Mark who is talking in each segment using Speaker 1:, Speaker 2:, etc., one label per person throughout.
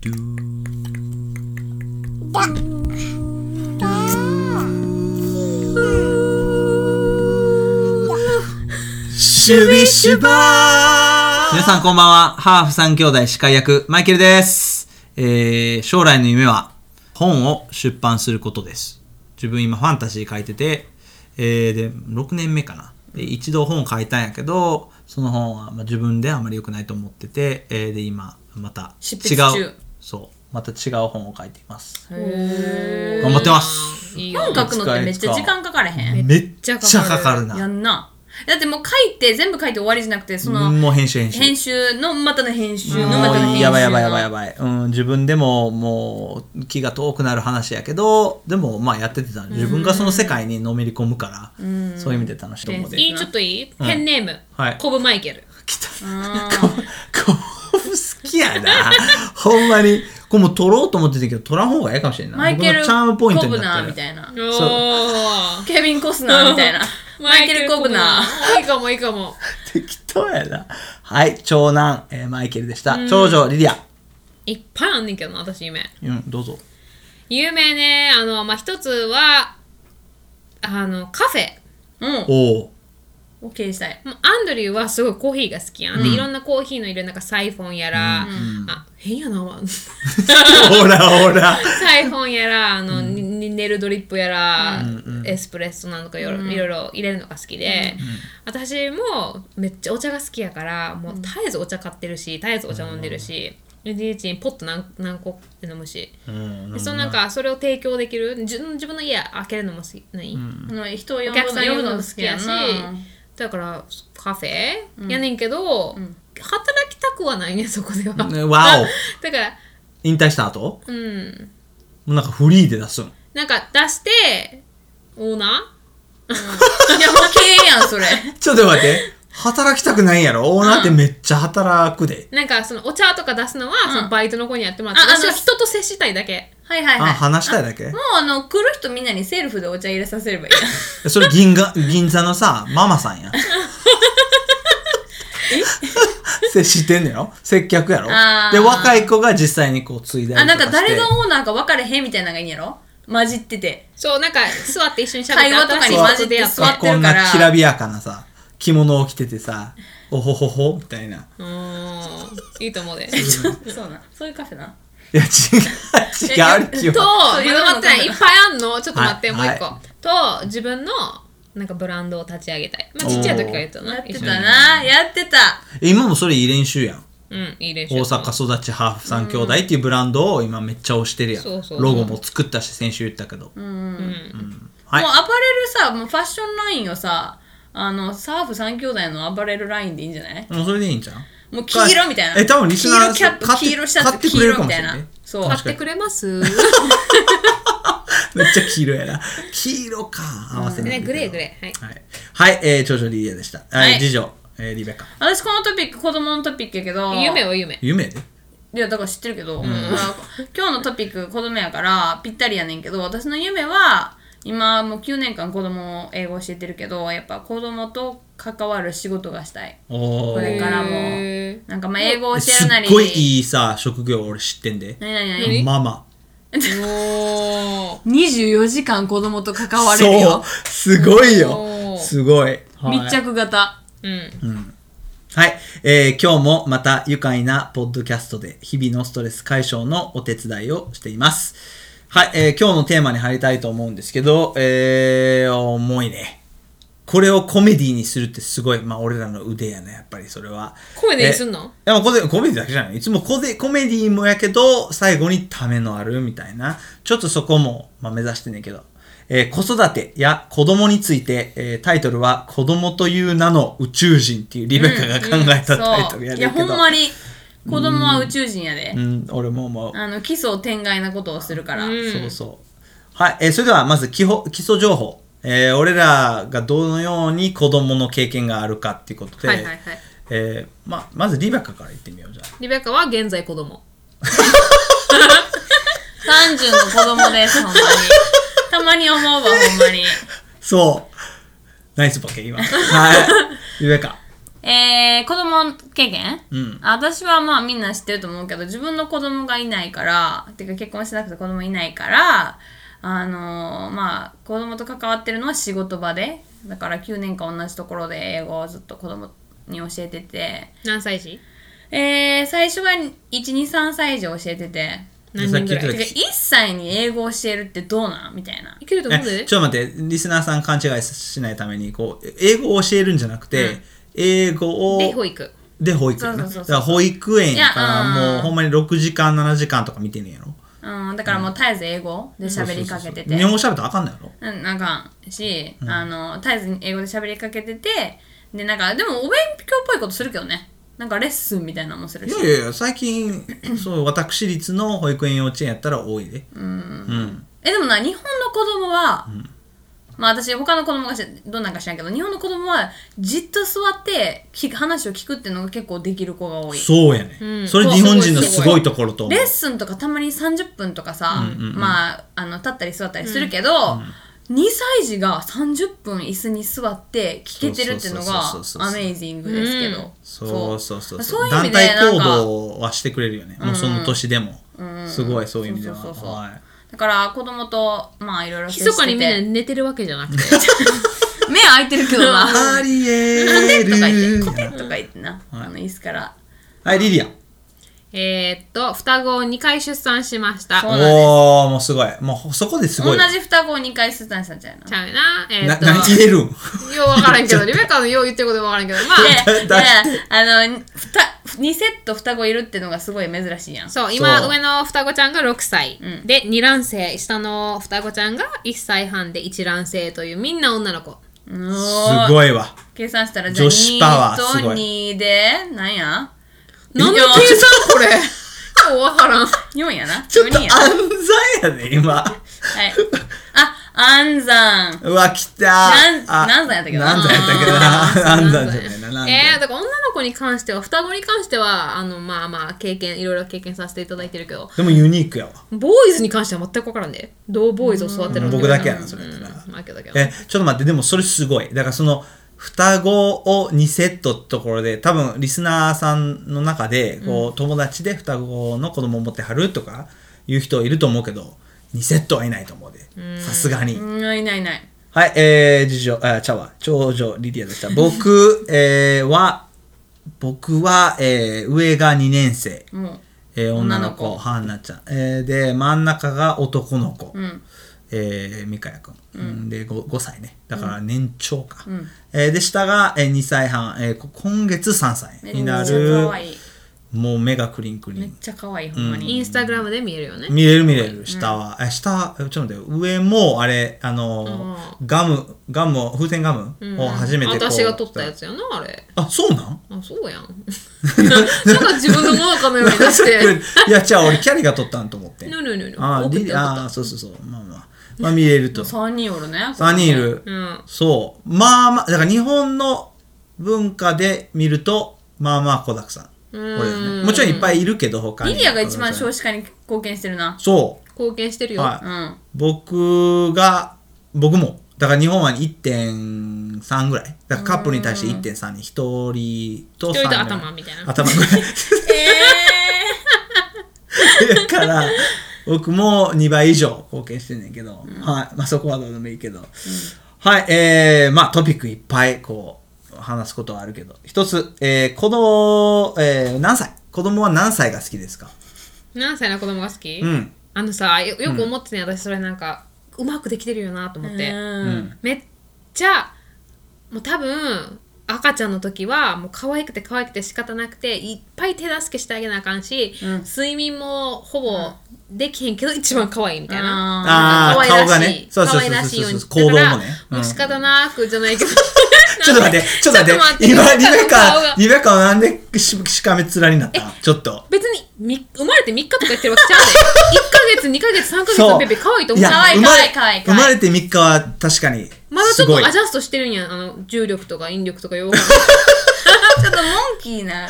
Speaker 1: ドゥー
Speaker 2: だだ
Speaker 1: シュビシュバー皆さんこんばんは。ハーフ三兄弟司会役、マイケルです。えー、将来の夢は本を出版することです。自分今ファンタジー書いてて、えー、で、6年目かな。で一度本を書いたんやけど、その本はまあ自分であまり良くないと思ってて、えー、で、今、また違
Speaker 3: 執筆中
Speaker 1: う、そう、また違う本を書いています。
Speaker 3: へ
Speaker 1: 頑張ってます。
Speaker 3: ー本書くのってめっちゃ時間かかれへん
Speaker 1: めっち
Speaker 4: ち
Speaker 1: ゃ
Speaker 4: ゃ
Speaker 1: か
Speaker 4: か
Speaker 1: か
Speaker 4: か
Speaker 1: る
Speaker 4: る
Speaker 1: な。
Speaker 3: やんなだってもう書いて全部書いて終わりじゃなくてその
Speaker 1: もう編集編集。
Speaker 3: 編集のまたの編集のま
Speaker 1: も
Speaker 3: たの編集
Speaker 1: う
Speaker 3: の
Speaker 1: やばいやばいやばいやばい、うん、自分でももう気が遠くなる話やけどでもまあやっててた自分がその世界にのめり込むから、そういう意味で楽しいと思うで、
Speaker 4: いいちょっといい、ペンネーム、
Speaker 1: はい
Speaker 4: コブマイケル
Speaker 1: 来た ここ好きやなほんまにこれもう取ろうと思ってたけど取らん方がええかもしれんない
Speaker 3: マイケ
Speaker 1: 僕
Speaker 3: ル・
Speaker 1: のチャームポイント
Speaker 3: コ
Speaker 1: に
Speaker 3: ブ
Speaker 1: な
Speaker 3: ナ
Speaker 1: っ
Speaker 3: ー
Speaker 1: て
Speaker 3: み
Speaker 1: る
Speaker 3: たいな
Speaker 4: お
Speaker 1: そう
Speaker 4: ー
Speaker 3: ケビン・コスナーみたいなマイケル・コブナー
Speaker 4: ーいいかもいいかも
Speaker 1: 適当やなはい長男、えーマイケルでした長女リリア
Speaker 4: いっぱいあんねんけどな私夢
Speaker 1: うんどうぞ
Speaker 4: 有名ねあのまあ一つはあのカフェ
Speaker 3: うん
Speaker 1: おお
Speaker 3: を経営したい
Speaker 4: もうアンドリューはすごいコーヒーが好きやん、でいろんなコーヒーのいるなんかサイフォンやら、あ変やなわ
Speaker 1: ほらほら
Speaker 4: サイフォンやらあの、ににネルドリップやら、エスプレッソなのかいろ,、いろいろ入れるのが好きで、私もめっちゃお茶が好きやからもう絶えずお茶買ってるし絶えずお茶飲んでるし、LDH にポット何何個って飲むし、
Speaker 1: ん
Speaker 4: でそのなんかそれを提供できる自分自分の家開けるのも好きない、
Speaker 3: あの人を呼ぶ
Speaker 4: お
Speaker 3: の
Speaker 4: 客さん呼ぶの
Speaker 3: 呼ぶ
Speaker 4: も
Speaker 3: の
Speaker 4: 好きやし
Speaker 3: な
Speaker 4: だからカフェやねんけど、働きたくはないねそこでは、
Speaker 1: ね わお
Speaker 4: だから
Speaker 1: 引退した後
Speaker 4: うん
Speaker 1: もうなんかフリーで出すん
Speaker 4: なんか出してオーナ
Speaker 3: いやもう経営や んそれ
Speaker 1: ちょっと待って。働きたくないんやろオーナーってめっちゃ働くで。
Speaker 4: ーなんかそのお茶とか出すのは、そのバイトの子にやってもらって
Speaker 3: ああの
Speaker 4: 私は人と接したいだけ
Speaker 3: はいはい
Speaker 1: あ、
Speaker 3: はい
Speaker 1: 話したいだけ
Speaker 3: もうあの来る人みんなにセルフでお茶入れさせればいい
Speaker 1: それ銀河、銀座のさ、ママさんや。接してんのやろ接客やろ
Speaker 3: あー
Speaker 1: で、若い子が実際にこう、継いだ
Speaker 3: やんあ
Speaker 1: りと
Speaker 3: なん
Speaker 1: かして。
Speaker 3: か誰がオーナーか分かれへんみたいなのがいいんやろ混じってて
Speaker 4: そうなんか座って一緒にしゃべって
Speaker 3: 会話とかに
Speaker 4: 新しい
Speaker 3: 混じ
Speaker 4: 人出会
Speaker 3: って座っ
Speaker 1: こ
Speaker 3: て
Speaker 1: ん
Speaker 3: るか
Speaker 1: な
Speaker 3: ら
Speaker 1: きらびやかなさ、着物を着ててさ、おほほほ、みたいな。
Speaker 4: うーんいいと思うで
Speaker 3: そうなそういうカフェない
Speaker 1: や、違う、違う、違う
Speaker 4: と。ま
Speaker 3: そう
Speaker 4: だ待ってないいっぱいあんのちょっと待って、
Speaker 1: はい
Speaker 4: もう一個、
Speaker 1: は
Speaker 4: と自分のなんかブランドを立ち上げたいまあちっちゃい時から言ってたな
Speaker 3: やって
Speaker 4: 一
Speaker 3: た
Speaker 4: 緒に
Speaker 3: なやってた
Speaker 1: 今もそれいい練習やん。
Speaker 4: うんいい練習
Speaker 1: 大阪育ちハーフ三兄弟っていうブランドを今めっちゃ推してるやん。
Speaker 4: そうそうそう
Speaker 1: ロゴも作ったし、先週言ったけど。
Speaker 4: うん
Speaker 1: はい
Speaker 3: もうアパレルさもうファッションラインをさあのサーフ3兄弟のアパレルラインでいいんじゃない
Speaker 1: もうそ れでいいんじゃん
Speaker 3: もう黄色みたいな
Speaker 1: え多分リスナー
Speaker 3: 黄色キャップ
Speaker 1: 買って
Speaker 3: 黄色シャ
Speaker 1: 買
Speaker 3: ツ
Speaker 1: って
Speaker 3: 黄
Speaker 1: くれるか
Speaker 3: 色
Speaker 1: も
Speaker 3: み
Speaker 1: したれ
Speaker 3: い
Speaker 1: ない
Speaker 3: なそう
Speaker 4: 買ってくれます
Speaker 1: めっちゃ黄色やな。黄色か。合わせない
Speaker 4: ねグレーグレーはい
Speaker 1: はい。はい、えー、長女リーダーでした。は、
Speaker 3: はいい
Speaker 1: 次女、えー、リベカ。
Speaker 3: 私このトピック子供のトピックやけど
Speaker 4: 夢は夢
Speaker 1: 夢で
Speaker 3: いやだから知ってるけど、だから今日のトピック子供やからぴったりやねんけど私の夢は今もう9年間子供を英語教えてるけどやっぱ子供と関わる仕事がしたい
Speaker 1: お
Speaker 3: これ
Speaker 1: ー。
Speaker 3: からも
Speaker 4: へ
Speaker 3: なんかまあ英語を教
Speaker 1: す
Speaker 3: え
Speaker 1: っ
Speaker 3: るなり
Speaker 1: ごいいいさ、職業俺知ってんで。
Speaker 3: 何何何
Speaker 4: 何
Speaker 1: ママ。
Speaker 4: おー
Speaker 3: 24時間子供と関われる
Speaker 1: そう
Speaker 3: よ。
Speaker 1: すごいよ。
Speaker 4: おー
Speaker 1: すごい。はい
Speaker 3: 密着型
Speaker 4: うん
Speaker 1: はい、えー今日もまた愉快なポッドキャストで日々のストレス解消のお手伝いをしています。はい、えー今日のテーマに入りたいと思うんですけど、えー重いね。これをコメディにするってすごい、まあ俺らの腕やね、やっぱりそれは。
Speaker 4: コメディにすんの
Speaker 1: えでもコメコメディだけじゃない。いつもコデコメディもやけど、最後にためのあるみたいな。ちょっとそこも、まあ、目指してんねんけど。えー子育てや子供について、えータイトルは「子供という名の宇宙人」っていうリベカが考えたタイト
Speaker 3: そ
Speaker 1: ル
Speaker 3: う
Speaker 1: や
Speaker 3: い
Speaker 1: ね
Speaker 3: や
Speaker 1: んけ
Speaker 3: ほ
Speaker 1: ど、
Speaker 3: んまに子供は宇宙人やで、
Speaker 1: うん、俺も思う、
Speaker 3: あの奇想天外なことをするから、
Speaker 1: そうそうはい、えーそれではまず基本基礎情報、えー俺らがどのように子供の経験があるかっていうことで、
Speaker 4: はいはいはい
Speaker 1: えーままずリベカから言ってみようじゃあ
Speaker 4: リベカは現在子供
Speaker 3: 30の子供ですほんまにたまに思うわほんまに
Speaker 1: そう。ナイスボケ、今。はい。リベカ。
Speaker 3: えー、子供経験、
Speaker 1: うん
Speaker 3: あ私はまあみんな知ってると思うけど自分の子供がいないからてか結婚してなくて子供いないからあのーまあ子供と関わってるのは仕事場でだから9年間同じところで英語をずっと子供に教えてて、
Speaker 4: 何歳児
Speaker 3: えー、最初は123歳以上教えてて
Speaker 4: 何人ぐら
Speaker 1: さっき言っ
Speaker 4: い
Speaker 1: て
Speaker 3: てか1歳に英語を教えるってどうなんみたいない
Speaker 4: けると思う
Speaker 1: え
Speaker 4: で
Speaker 1: ちょっと待って、リスナーさん勘違いしないために、こう、英語を教えるんじゃなくて、英語を、
Speaker 4: で保育
Speaker 1: で保育園な。
Speaker 3: そうそうそうそう
Speaker 1: だから保育園やか
Speaker 3: いや
Speaker 1: ら
Speaker 3: うん
Speaker 1: もうほんまに6時間、7時間とか見てんねんやろ。
Speaker 3: うん、だからもう絶えず英語で喋りかけてて。
Speaker 1: 日本語喋ったらあかんのやろ。
Speaker 3: うん、なんかし、あの絶えず英語で喋りかけててでなんかでもお勉強っぽいことするけどねなんかレッスンみたいなのもする
Speaker 1: い
Speaker 3: し
Speaker 1: やいやいや、最近、そう、私立の保育園幼稚園やったら多いで。うん。
Speaker 3: えでもな日本の子供は、まあ私他の子供がしどんなんか知らんけど日本の子供はじっと座って聞く話を聞くっていうのが結構できる子が多い
Speaker 1: そうやね、
Speaker 4: うん
Speaker 1: それ日本人のすごいところと思
Speaker 3: レッ
Speaker 1: う。
Speaker 3: スンとかたまに30分とかさ、
Speaker 1: うんうんうん
Speaker 3: まああの立ったり座ったりするけど、2歳児が30分椅子に座って聞けてるっていうのが
Speaker 1: そうそうそうそうそう
Speaker 3: アメイジングですけど、
Speaker 1: そうそうそう
Speaker 3: そういう意
Speaker 1: 団
Speaker 3: 味で
Speaker 1: 体
Speaker 3: なん
Speaker 1: 行
Speaker 3: か
Speaker 1: 動はしてくれるよね。もうその年でも。
Speaker 3: うん
Speaker 1: すごい、そういう意味では。
Speaker 3: そうそうそう
Speaker 1: はい
Speaker 3: だから子供とまあいろいろ接
Speaker 4: 密
Speaker 3: して
Speaker 4: かにみんな
Speaker 3: て
Speaker 4: 寝てるわけじゃなくて
Speaker 3: 目開いてるけ どなコ
Speaker 1: ありえ
Speaker 3: テッとか言っ
Speaker 1: る
Speaker 3: てコテッとか言ってな、あの椅子から
Speaker 1: はい、リリアン。
Speaker 4: えーっと双子を2回出産しました
Speaker 3: そうなんです
Speaker 1: おー、もうすごい。もうそこですご
Speaker 3: 同
Speaker 1: い。
Speaker 3: じ双子を2回出産したんじゃないの
Speaker 4: ちゃうなえー
Speaker 1: な
Speaker 4: っと
Speaker 1: 何言えるん
Speaker 4: ようわからんけどリベカのよう言ってることわからんけどまあ
Speaker 3: でで
Speaker 1: だ
Speaker 3: あのふた2セット双子いるってのがすごい珍しいやん
Speaker 4: そう今
Speaker 1: そう
Speaker 4: 上の双子ちゃんが6歳、
Speaker 3: うん
Speaker 4: で2卵生下の双子ちゃんが1歳半で1卵生というみんな女の子
Speaker 3: うおー
Speaker 1: すごいわ。
Speaker 3: 計算したらじゃあ
Speaker 1: 女子パワーす
Speaker 3: 2
Speaker 1: ご
Speaker 3: と
Speaker 1: い
Speaker 3: 2でなんや
Speaker 4: 何の計算これようわからん
Speaker 3: 4やな
Speaker 1: ちょっと
Speaker 3: 4
Speaker 1: 暗
Speaker 3: やな
Speaker 1: 算やね、 今。
Speaker 3: はいあ安産
Speaker 1: うわ、来た
Speaker 3: なん
Speaker 1: あ
Speaker 3: 何歳やったっけど
Speaker 1: 何歳やったっけど な。何歳じゃないな。何
Speaker 4: えー、
Speaker 1: 歳
Speaker 4: だから女の子に関しては双子に関してはあのまあまあ経験いろいろ経験させていただいてるけど
Speaker 1: でもユニークやわ。
Speaker 4: ボーイズに関しては全く分からんでどうボーイズを育てるのか
Speaker 1: 僕だけやな、それ
Speaker 4: う
Speaker 1: やったら。
Speaker 4: んまあけどけど
Speaker 1: え、ちょっと待って、でもそれすごい。だからその、双子を2セットってところで、多分リスナーさんの中で、こう、友達で双子の子供を持ってはるとかいう人いると思うけど、2セットはいないと思うで。さすがに。
Speaker 3: うんいないいない
Speaker 1: はい、えー、次女、あ、ちゃうわ、長女、リディアでした。僕、 えー、は、僕は、えー、上が2年生。
Speaker 3: もう
Speaker 1: えー、女の
Speaker 3: 女の
Speaker 1: 子、
Speaker 3: 子
Speaker 1: ハンナちゃん。えー、で、真ん中が男の子。
Speaker 3: うん
Speaker 1: えー、ミカヤくん、うん、で 5, 5歳ねだから年長か、
Speaker 3: ん
Speaker 1: えーで下が、えー、2歳半、えーこ今月3歳
Speaker 3: めっ
Speaker 1: に
Speaker 3: ち
Speaker 1: な
Speaker 3: ゃ
Speaker 1: る
Speaker 3: 可愛い
Speaker 1: もう目がクリンクリ
Speaker 3: めっ
Speaker 1: ン
Speaker 3: ちゃ可愛いほんまに、
Speaker 4: インスタグラムで見えるよね
Speaker 1: 見れる見れる下は、え下えちょっと待って上もあれあのーガムガムを風船ガムを初めてこう、
Speaker 4: 私が撮ったやつやなあれ
Speaker 1: あそうなん
Speaker 4: あそうやんなんか自分のものかのように出して
Speaker 1: いやじゃあ俺キャリが撮ったんと思ってん
Speaker 4: ぬぬぬぬ
Speaker 1: あー
Speaker 4: 送
Speaker 1: リ
Speaker 4: って
Speaker 1: リ
Speaker 4: 送った
Speaker 1: あーそうそうそうまあまあまあ見れると
Speaker 3: 3人おるね
Speaker 1: 3人いる、
Speaker 4: うん
Speaker 1: そう。まあまあ、だから日本の文化で見ると、まあまあ、子だくさん。これですね。もちろんいっぱいいるけど、他に。
Speaker 3: リリアが一番
Speaker 1: そう
Speaker 3: 少子化に貢献してるな
Speaker 1: そ
Speaker 4: 貢献してる
Speaker 1: う。
Speaker 4: よ、
Speaker 1: は
Speaker 3: う
Speaker 1: い。
Speaker 3: ん
Speaker 1: 僕が、僕も。だから日本は1.3ぐらい。だからカップルに対して1.3に1人と3
Speaker 4: 一人
Speaker 1: ぐ
Speaker 4: と
Speaker 1: らい
Speaker 4: 頭みたいな
Speaker 1: 頭ぐらい。だから、僕も2倍以上貢献してんねんけど、はい。まあそこはどうでもいいけど。はい。えー、まあトピックいっぱい、こう、話すことはあるけど。一つ、えー、子供、えー、何歳子供は何歳が好きですか
Speaker 4: 何歳の子供が好き、
Speaker 1: うん。
Speaker 4: あのさよよく思ってね、私それなんかうまくできてるよなと思って、
Speaker 3: うん
Speaker 4: めっちゃもう多分赤ちゃんの時はもう可愛くて可愛くて仕方なくていっぱい手助けしてあげなあかんし、
Speaker 3: うん
Speaker 4: 睡眠もほぼできへんけど一番可愛いみたいな。
Speaker 3: あー
Speaker 1: あー
Speaker 4: 可愛
Speaker 1: 顔が
Speaker 4: らし
Speaker 1: ね
Speaker 4: い。
Speaker 1: そうそう
Speaker 4: 可
Speaker 1: そ
Speaker 4: 愛
Speaker 1: う
Speaker 4: ら
Speaker 1: そう
Speaker 4: しいように
Speaker 1: そう行動も
Speaker 4: だから
Speaker 1: ね、
Speaker 4: もう仕方なくじゃないけど
Speaker 1: ちょっと待 って、ちょっと待
Speaker 4: ちょっと
Speaker 1: っ
Speaker 4: 待
Speaker 1: て、
Speaker 4: って
Speaker 1: 今、リベ
Speaker 4: 顔
Speaker 1: カ
Speaker 4: が、
Speaker 1: リベカはなんでししかめ面になったちょっと。
Speaker 4: 別にみ生まれて3日とか言ってるわけちゃうで1 ヶ月2ヶ月3ヶ月のベビー可愛いと思う
Speaker 1: や
Speaker 3: 可愛い
Speaker 1: 生まれ
Speaker 3: 可愛
Speaker 1: 生
Speaker 3: い可愛い
Speaker 1: まれて3日は確かに、
Speaker 4: まだち
Speaker 1: す
Speaker 4: ょっ
Speaker 1: ごい
Speaker 4: とア。ジャストしてるんやあの重力とか引力とかよくわかんない
Speaker 3: ちょっとモンキーな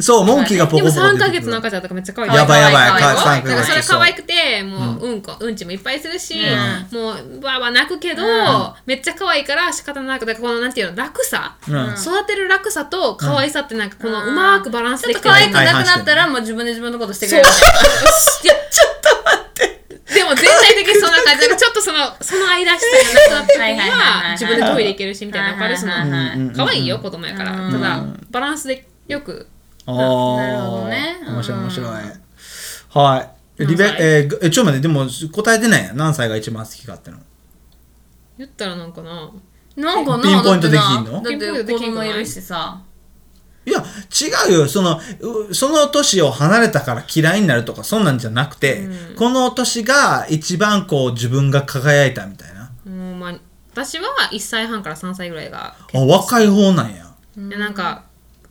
Speaker 1: そう、モンキーがポ
Speaker 4: で
Speaker 1: コ
Speaker 4: も
Speaker 1: ポコ出てくる。
Speaker 4: 3ヶ月の赤ちゃんとかめっちゃ可愛い
Speaker 1: やばいやばい
Speaker 4: 可愛い
Speaker 1: か三
Speaker 4: だからそれ
Speaker 1: ヶ月
Speaker 4: 可愛くてでもううんこうんちもいっぱいするし、
Speaker 1: う
Speaker 4: もうばあば泣くけど、めっちゃ可愛いから仕方なくだからこのなんていうの楽さ、
Speaker 1: うん
Speaker 4: 育てる楽さと可愛さってなんかこのうまくバランス
Speaker 3: ちょ
Speaker 4: で
Speaker 3: っと
Speaker 4: きて
Speaker 3: 可
Speaker 4: る
Speaker 3: 愛くなくなったらもう自分で自分のことしてくれる
Speaker 4: いやちょっと待ってでも全体的にそんな感じだからちょっとそのその間したいなくなった時
Speaker 3: はいはいはいはい
Speaker 4: は自分でトイレ行けるしみたいなわかるその
Speaker 3: はいは
Speaker 1: は
Speaker 3: い
Speaker 1: いはい
Speaker 4: 可愛いよ子供やからただバランスでよく
Speaker 1: ああ。
Speaker 3: なるほどねうん
Speaker 1: 面白い面白い。はい。リベ、えーえ、ちょっと待って、でも答えてないやん何歳が一番好きかっての。
Speaker 4: 言ったらなんかな
Speaker 3: なんかな
Speaker 1: ピンポイントできんの
Speaker 3: だってなだって子供いるしさ
Speaker 1: いや、違うよ。その、うその年を離れたから嫌いになるとか、そんなんじゃなくて、この年が一番こう自分が輝いたみたいな。
Speaker 4: もうまあ私は1歳半から3歳ぐらいが
Speaker 1: あ、若い方なんや。
Speaker 4: でなんか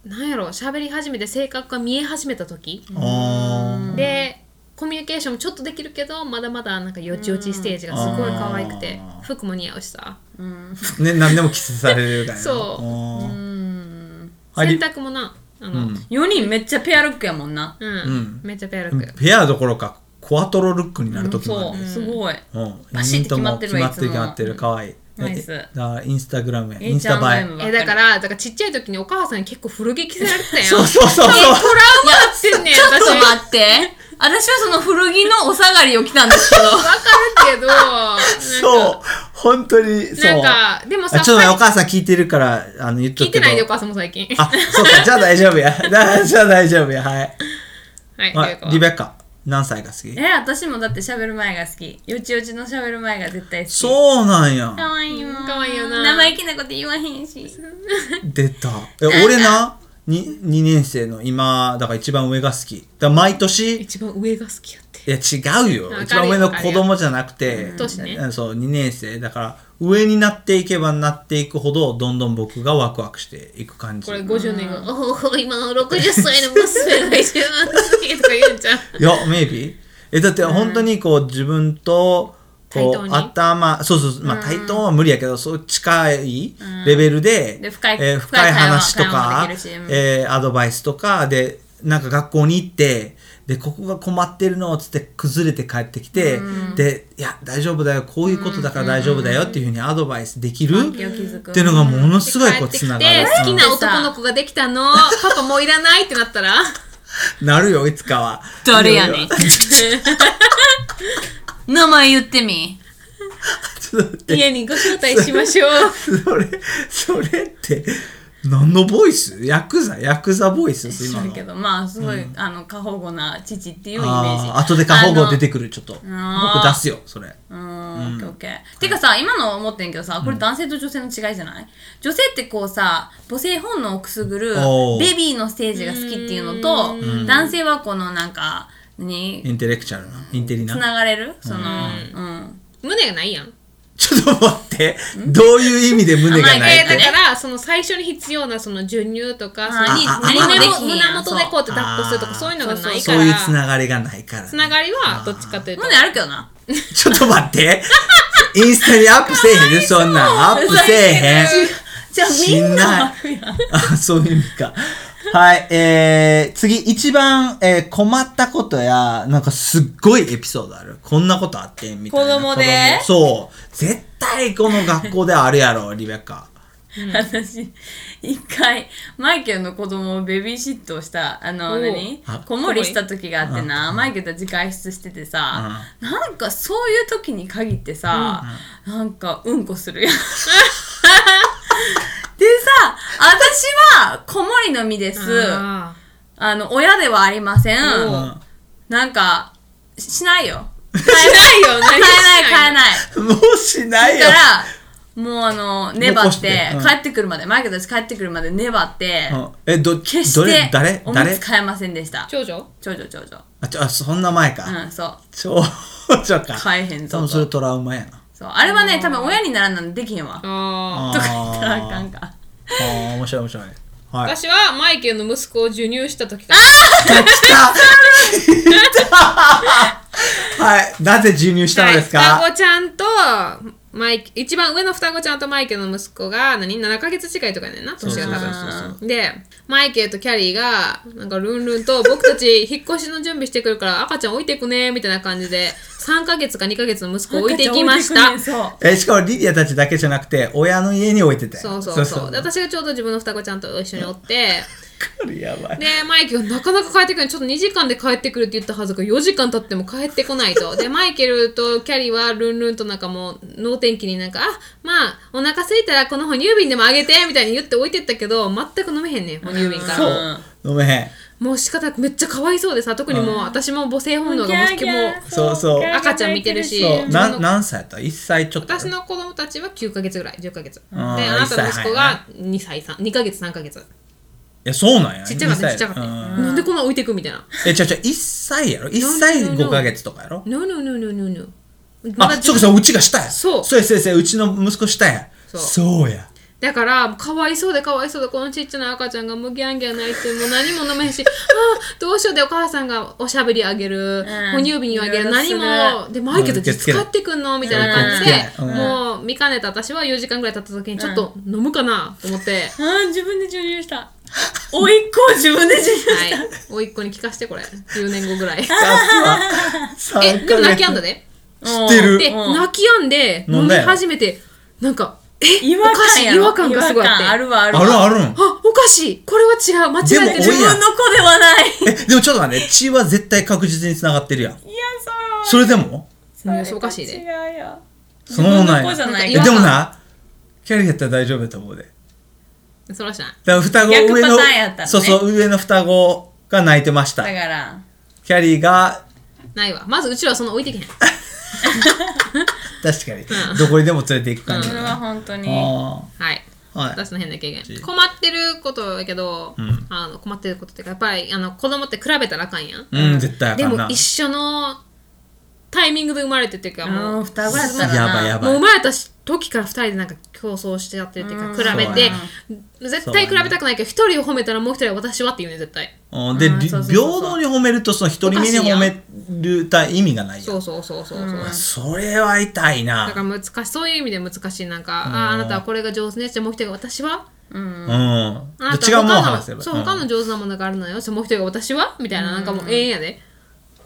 Speaker 4: なんやろ喋り始めて性格が見え始めた時
Speaker 1: ああ。
Speaker 4: でコミュニケーションもちょっとできるけどまだまだなんかよちよちステージがすごい可愛くて
Speaker 1: あ
Speaker 4: 服も似合うしさ
Speaker 1: ね、何でも着せされるみたいな。
Speaker 4: そう
Speaker 1: あーはい
Speaker 4: 洗濯もなあの、
Speaker 3: 4人めっちゃペアルックやもんな
Speaker 4: うん
Speaker 1: ん
Speaker 4: めっちゃペアルック、
Speaker 1: ペアどころか、コアトロルックになる時もある
Speaker 3: そ
Speaker 1: ね
Speaker 3: うすごい
Speaker 1: うん、
Speaker 3: バシッと決まってる
Speaker 1: 四人とも決
Speaker 3: わ
Speaker 1: まってる決まってる、かわいい。
Speaker 3: ナイス
Speaker 1: だからインスタグラムや、
Speaker 3: い
Speaker 1: インスタ映え。
Speaker 4: えだからだからちっちゃい時にお母さんに結構古着着せられてたやん
Speaker 1: そうそうそうそう。
Speaker 4: トラウマやってんねん
Speaker 3: ちょっと
Speaker 4: 私わ
Speaker 3: 待って私はその古着のお下がりを着たんですけど
Speaker 4: かるけどなんか
Speaker 1: そう。本当に、そう。
Speaker 4: なんかでもさ
Speaker 1: あちょっと待ってお
Speaker 4: はい
Speaker 1: 母さん聞いてるから、あの、言っと
Speaker 4: 聞い
Speaker 1: くけ
Speaker 4: て
Speaker 1: ど。
Speaker 4: ないでお母さんも最近
Speaker 1: あ、そうか、じゃあ大丈夫や。 だじゃあ大丈夫や。はい。
Speaker 4: はい、
Speaker 1: ま
Speaker 4: というか
Speaker 1: あ、リベッカ、何歳が好き
Speaker 3: え私もだって喋る前が好きよちよちの喋る前が絶対好き
Speaker 1: そうなんや。
Speaker 3: かわいいもん
Speaker 4: かわいいよな
Speaker 3: 生意気なこと言わへんし
Speaker 1: 出た。え、俺な、に2年生の今、だから一番上が好き。だから毎年、
Speaker 4: 一番上が好きやって
Speaker 1: いや違うよ
Speaker 4: わかるよ
Speaker 1: 一番上の子供じゃなくて
Speaker 4: わかるよ
Speaker 1: うんそう2年生だから上になっていけばなっていくほどどんどん僕がワクワクしていく感じ
Speaker 4: こ
Speaker 1: い
Speaker 4: れ
Speaker 1: や
Speaker 4: 50年後、おお今の60歳の娘が一番好きとか言うんじゃん
Speaker 1: maybe えだって本当にこう自分とこ
Speaker 4: 対等
Speaker 1: う
Speaker 4: に
Speaker 1: 頭そうそうそうまあ対等は無理やけどそう近いレベルで,、
Speaker 3: で深い
Speaker 1: えー
Speaker 3: 深い
Speaker 1: 深
Speaker 3: 会
Speaker 1: い
Speaker 3: 話
Speaker 1: 話と
Speaker 3: 会話も
Speaker 1: か
Speaker 3: できるしうん
Speaker 1: えーアドバイスとかでなんか学校に行ってでここが困ってるのっつって崩れて帰ってきて、でいや大丈夫だよこういうことだから大丈夫だよっていうふうにアドバイスできる、
Speaker 3: 気を築く
Speaker 1: っていうのがもの すごいこう
Speaker 4: 帰って
Speaker 1: つな
Speaker 4: き
Speaker 1: が
Speaker 4: て
Speaker 1: る、
Speaker 4: 好きな男の子ができたのパパもういらないってなったら
Speaker 1: うんなるよいつかは
Speaker 3: 誰やねん名前言ってみ
Speaker 1: ちょっと待って
Speaker 4: 家にご招待しましょう
Speaker 1: それそれって何のボイスヤクザヤクザボイス
Speaker 3: 知
Speaker 1: 今
Speaker 3: ら
Speaker 1: の
Speaker 3: んけどまあすごい、あの過保護な父っていうイメージ
Speaker 1: ああ後で過保護出
Speaker 3: て
Speaker 1: てくるちょっと僕
Speaker 3: あー
Speaker 1: 出すよそれ
Speaker 3: うーんオッケーオッケーてかさ今の思ってんけどさこれ男性と女性の違いじゃない、女性ってこうさ母性本能をくすぐる
Speaker 1: おー
Speaker 3: ベビーのステージが好きっていうのと男性はこのなんか
Speaker 1: イ
Speaker 3: 何
Speaker 1: ンテレクチャルなインテリ
Speaker 3: つ
Speaker 1: な
Speaker 3: ながれるそのうん
Speaker 4: 胸がないやん
Speaker 1: ちょっと待ってどういう意味で胸がない
Speaker 4: え
Speaker 1: っ
Speaker 4: だ
Speaker 1: て
Speaker 4: からその最初に必要なその授乳とかその
Speaker 3: あ
Speaker 4: に
Speaker 1: あ
Speaker 4: 何
Speaker 1: あ
Speaker 4: でも
Speaker 3: あ
Speaker 4: 胸元でこうやって抱っこすると
Speaker 1: あ
Speaker 4: か
Speaker 1: ー
Speaker 4: そういうのがない
Speaker 1: そ
Speaker 4: か
Speaker 1: ういうつ
Speaker 4: ら
Speaker 1: ながりがないから
Speaker 4: つながりはどっちかというと
Speaker 3: 胸あるけどな
Speaker 1: ちょっと待ってインスタにアップせえへんで そんなんアップせえへん
Speaker 3: じゃあみんなあるやん
Speaker 1: あそういう意味か。はい、えー、次、一番、えー困ったことや、なんかすっごいエピソードある。こんなことあってんみたいな。
Speaker 3: 子供で
Speaker 1: 子供そう。絶対この学校であるやろ、リベッカ。
Speaker 3: 私一回マイケルの子供をベビーシットをしたあ
Speaker 4: お
Speaker 3: の
Speaker 4: う
Speaker 3: 何
Speaker 1: あ
Speaker 3: 子守りした時があってなマイケルと自外出しててさなんかそういう時に限ってさなんかうんこするやん。でさ私は子守りの身です
Speaker 4: あ
Speaker 3: あの親ではありません
Speaker 4: お
Speaker 1: うん
Speaker 3: なんかししないよ
Speaker 4: ー買えないよ
Speaker 3: 買え
Speaker 4: 何
Speaker 3: な
Speaker 4: も
Speaker 3: い
Speaker 4: し
Speaker 3: 買え
Speaker 4: な
Speaker 1: もうしな
Speaker 3: ない
Speaker 4: い
Speaker 1: いよ
Speaker 3: だ。からもうあの粘
Speaker 1: 残
Speaker 3: っ
Speaker 1: しててうん
Speaker 3: 帰ってくるまでマイケルたち帰ってくるまで粘って
Speaker 1: うんえ、ど、
Speaker 3: 決し
Speaker 1: どれ
Speaker 3: て、
Speaker 1: 誰
Speaker 3: おむ
Speaker 1: 誰
Speaker 3: つ買えませんでした。
Speaker 4: 長女
Speaker 3: 長女長女。
Speaker 1: あ、ちょ、あ、そんな前か。
Speaker 3: うん、そう。
Speaker 1: 長女か。
Speaker 3: 買えへんぞと
Speaker 1: 多分それトラウマやな。
Speaker 3: そう。あれはね、多分親にならんなんできへんわ。と
Speaker 4: あ
Speaker 1: あ
Speaker 4: ー
Speaker 1: ー
Speaker 3: か言ったらあかんか。
Speaker 1: あー、面白い面白い。はい。
Speaker 4: 私はマイケルの息子を授乳した時から
Speaker 1: はい。なぜ授乳したのですか
Speaker 4: はい双子ちゃんとマイ一番上の双子ちゃんとマイケルの息子が何7ヶ月違いとかやねんな
Speaker 1: そう
Speaker 4: 年
Speaker 1: そう
Speaker 4: が
Speaker 1: そう
Speaker 4: 多分
Speaker 1: そう
Speaker 4: でマイケルとキャリーがなんかルンルンと僕たち引っ越しの準備してくるから赤ちゃん置いてくねみたいな感じで3ヶ月か2ヶ月の息子を置いていきました
Speaker 3: 赤ちゃん置いてくねんそう。
Speaker 1: えしかもリディアたちだけじゃなくて親の家に置いてて
Speaker 4: そうそうそうで私がちょうど自分の双子ちゃんと一緒におって
Speaker 1: これやばい
Speaker 4: でマイケルがなかなか帰ってくるちょっと2時間で帰ってくるって言ったはずが4時間経っても帰ってこないとでマイケルとキャリーはルンルンとなんかもう脳天気になんかあまあお腹空いたらこの哺乳瓶でもあげてみたいに言って置いてったけど全く飲めへんねん哺乳瓶から
Speaker 3: そう
Speaker 1: 飲めへん
Speaker 4: もう仕方なくめっちゃかわいそうでさ特にもう私も母性本能がもしもう
Speaker 1: そうそう
Speaker 4: 赤ちゃん見てるし
Speaker 1: そう
Speaker 4: 自分
Speaker 1: な
Speaker 4: の
Speaker 1: 何歳やった1歳ちょっと
Speaker 4: 私の子供たちは9ヶ月ぐらい10ヶ月で
Speaker 1: ん
Speaker 4: あなたの息子
Speaker 1: は
Speaker 4: が2歳3 2ヶ月3ヶ月
Speaker 1: いやそうなんや
Speaker 4: ちっちゃかった
Speaker 1: 2歳
Speaker 4: ちっちゃかった
Speaker 1: うん
Speaker 4: なんでこんな置いてくみたいな
Speaker 1: えちゃうちゃう1歳やろ1歳5ヶ月とかやろ
Speaker 4: No no no no no no まだ
Speaker 1: あ
Speaker 4: 自
Speaker 1: そう
Speaker 4: 分
Speaker 1: かそううちが下や
Speaker 4: そう
Speaker 1: そうやそうやそうやうちの息子下や
Speaker 4: そう
Speaker 1: そうや
Speaker 4: だから、かわいそうでかわいそうで、このちっちゃな赤ちゃんがもうギャンギャン泣いて、もう何も飲めへんし、ああ、どうしようでお母さんがおしゃべりあげる、
Speaker 3: うん
Speaker 4: 哺乳瓶をあげ
Speaker 3: い
Speaker 4: る、
Speaker 3: ろいろす
Speaker 4: 何
Speaker 3: る
Speaker 4: も、で、マイケルた
Speaker 1: うん受け
Speaker 4: ち
Speaker 1: 付けな
Speaker 4: 使
Speaker 1: い
Speaker 4: ってくんのみたいな感
Speaker 1: 受
Speaker 4: じ
Speaker 1: け付け
Speaker 4: で、
Speaker 1: ないうん
Speaker 4: もう見かねた私は4時間ぐらい経った時に、ちょっと飲むかなと思って、はい、
Speaker 3: あー自分で授 乳した。おいっ子を自分で授乳した。
Speaker 4: おいっ子に聞かしてこれ、10年後ぐら い。
Speaker 1: さすが
Speaker 4: え、
Speaker 1: 3
Speaker 4: で
Speaker 1: ヶ月
Speaker 4: も泣きやんだで。
Speaker 1: 知ってる
Speaker 4: で、
Speaker 3: うん
Speaker 4: 泣きやんで、
Speaker 1: 飲
Speaker 4: 飲
Speaker 1: ん
Speaker 4: み
Speaker 1: だよ
Speaker 4: 始めて、なんか、え、
Speaker 3: 違和
Speaker 4: おか
Speaker 3: 感
Speaker 4: しい、
Speaker 3: や
Speaker 4: 違
Speaker 3: ろ
Speaker 4: 和感がすごいあって。
Speaker 3: あるわある
Speaker 1: ある
Speaker 3: わ。
Speaker 1: あるん
Speaker 4: あ、おかしいこれは違う間違えて
Speaker 1: で
Speaker 4: る
Speaker 1: も多い
Speaker 3: 自
Speaker 1: やん
Speaker 3: 分の子ではない。
Speaker 1: えでもちょっと待って血は絶対確実に繋がってるやん
Speaker 3: いや、そう。
Speaker 1: それでも
Speaker 4: うんそうおかしいで
Speaker 3: 違うよ。
Speaker 1: そうなんや
Speaker 3: 自分の子じゃない
Speaker 1: え
Speaker 4: 違
Speaker 1: で
Speaker 4: 和感
Speaker 1: もなキャリーやったら大丈夫やと思うで
Speaker 4: そらしない
Speaker 1: だから双子
Speaker 3: 逆
Speaker 1: 上の
Speaker 3: パターンやったのね
Speaker 1: そうそう上の双子が泣いてました
Speaker 3: だから。
Speaker 1: キャリーが
Speaker 4: ないわまずうちらはその置いてけへん
Speaker 1: 確かにどこにでも連れて行く感じ
Speaker 3: それ
Speaker 1: だな
Speaker 3: は本当に。
Speaker 1: あ
Speaker 4: はい
Speaker 1: ーはい
Speaker 4: 私の変な経験
Speaker 1: い
Speaker 4: 困ってることやけど、
Speaker 1: ん
Speaker 4: あの困ってることっていうかやっぱりあの子供って比べたらあかんやん
Speaker 1: うん絶対あ
Speaker 4: で
Speaker 1: かんな
Speaker 4: も一緒のタイミングで生まれてっていうかも
Speaker 3: もう
Speaker 4: う
Speaker 3: 双子やったらな。
Speaker 1: やばいやば
Speaker 4: もう生
Speaker 1: い
Speaker 4: まれた時から二人でなんか競争してやってるっていうか比べて絶対比べたくないけど一人を褒めたらもう一人は私はって言うね絶対
Speaker 1: うんで
Speaker 3: うん
Speaker 1: り
Speaker 3: そ
Speaker 1: 平
Speaker 3: うそうそう
Speaker 1: 等に褒めるとその一人目に褒めるた意味がないや
Speaker 4: そ
Speaker 1: ん
Speaker 4: うそうそうそうそう、
Speaker 1: それは痛い
Speaker 4: だか
Speaker 1: な
Speaker 4: ら難しいそういう意味で難しいなんかああなたはこれが上手ねじゃあもう一人が私は
Speaker 1: うん違うものを話せば
Speaker 4: そう、他の上手なものがあるのよ。そうもう一人が私はみたいな、なんかもう永遠やで。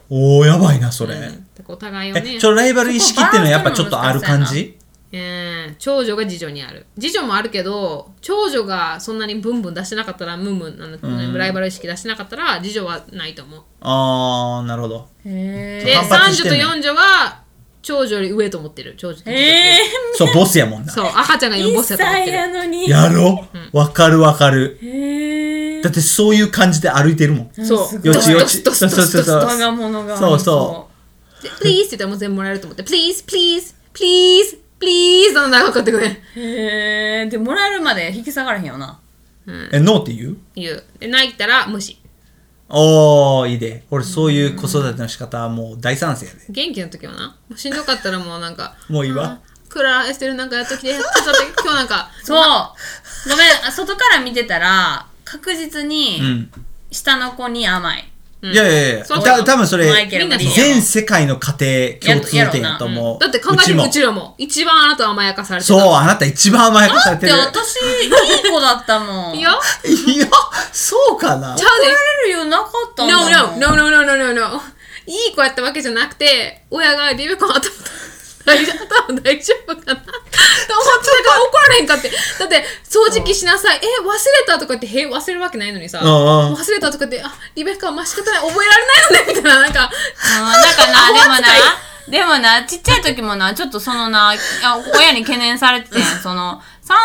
Speaker 1: おおやばいなそれ
Speaker 4: だからお互いをね
Speaker 1: えち。ょライバル意識っていうのはやっぱちょっとある感じ
Speaker 4: えー長女が次女にある。次女もあるけど、長女がそんなにブンブン出してなかったら、ムンムンなんだ、ライバル意識出してなかったら、次女はないと思う。
Speaker 1: あーなるほど
Speaker 3: へ
Speaker 4: で、
Speaker 1: 反
Speaker 4: 三
Speaker 1: 発して
Speaker 4: 女と
Speaker 1: んね
Speaker 4: 四女は、長女より上と思ってる。長女と
Speaker 3: え。
Speaker 4: 次女より上
Speaker 3: え
Speaker 1: そうボスやもんな
Speaker 4: そう、赤ちゃんが
Speaker 3: え。
Speaker 4: 今ボ
Speaker 3: 一
Speaker 4: スやと思って
Speaker 3: 歳な
Speaker 4: る。
Speaker 3: のに。
Speaker 1: やろわかるわかる
Speaker 3: へえ。
Speaker 1: だってそういう感じで歩いてるもん
Speaker 4: そう、
Speaker 1: よちよち
Speaker 4: ドスドスドスドスドスドス
Speaker 1: そう
Speaker 3: 我が物が。
Speaker 1: そうそ
Speaker 4: で、please って言ったらもう全部もらえると思って、please, please, please, please なの長く買ってくれ。
Speaker 3: う。へえ。で、もらえるまで引き下がらへんよな。
Speaker 1: えノーって言う
Speaker 4: 言う。で、泣いたら無視。
Speaker 1: おーいいで俺そういう子育ての仕方はもう大賛成やで
Speaker 4: 元気の時はな、もうしんどかったらもうなんか、
Speaker 1: もういいわ
Speaker 4: クララエステルなんかやっときて、ちょっと待 って今日なんか、
Speaker 3: そう。ごめん、あ外から見てたら、確実
Speaker 1: う
Speaker 3: に、
Speaker 1: ん
Speaker 3: 下の子に甘い。
Speaker 4: うん
Speaker 1: いやいやいや
Speaker 4: そう
Speaker 1: た多分それ
Speaker 3: マイケルも
Speaker 4: みんなそう
Speaker 1: 全世界の家庭共通点やと思う
Speaker 4: だって考えて
Speaker 1: も
Speaker 4: もうちらも、一番あなたは甘やかされて
Speaker 1: そ
Speaker 4: た。
Speaker 1: うあなた一番甘やかされて
Speaker 3: で、
Speaker 1: る
Speaker 3: 私、いい子だったもん。
Speaker 4: いいよ。
Speaker 1: いやそうかな
Speaker 4: ちゃうで。
Speaker 3: 怒られるようなかったん
Speaker 4: No,
Speaker 3: だも
Speaker 4: no,
Speaker 3: ん
Speaker 4: no, no, no, no, no, no. いい子やったわけじゃなくて、親がリベコン頭、大丈夫頭大丈 夫かなと思ってたから怒られへんかって。だって、掃除機しなさい。え、忘れたとか言って、へ、忘れるわけないのにさ。
Speaker 1: うんうん
Speaker 4: 忘れたとか言って、あ、リベカン、まあ、仕方ない。覚えられないよねみたいな、なんか、
Speaker 3: うんなんかな、でもな、でもな、ちっちゃい時もな、ちょっとそのな、あ親に懸念されて てん、その、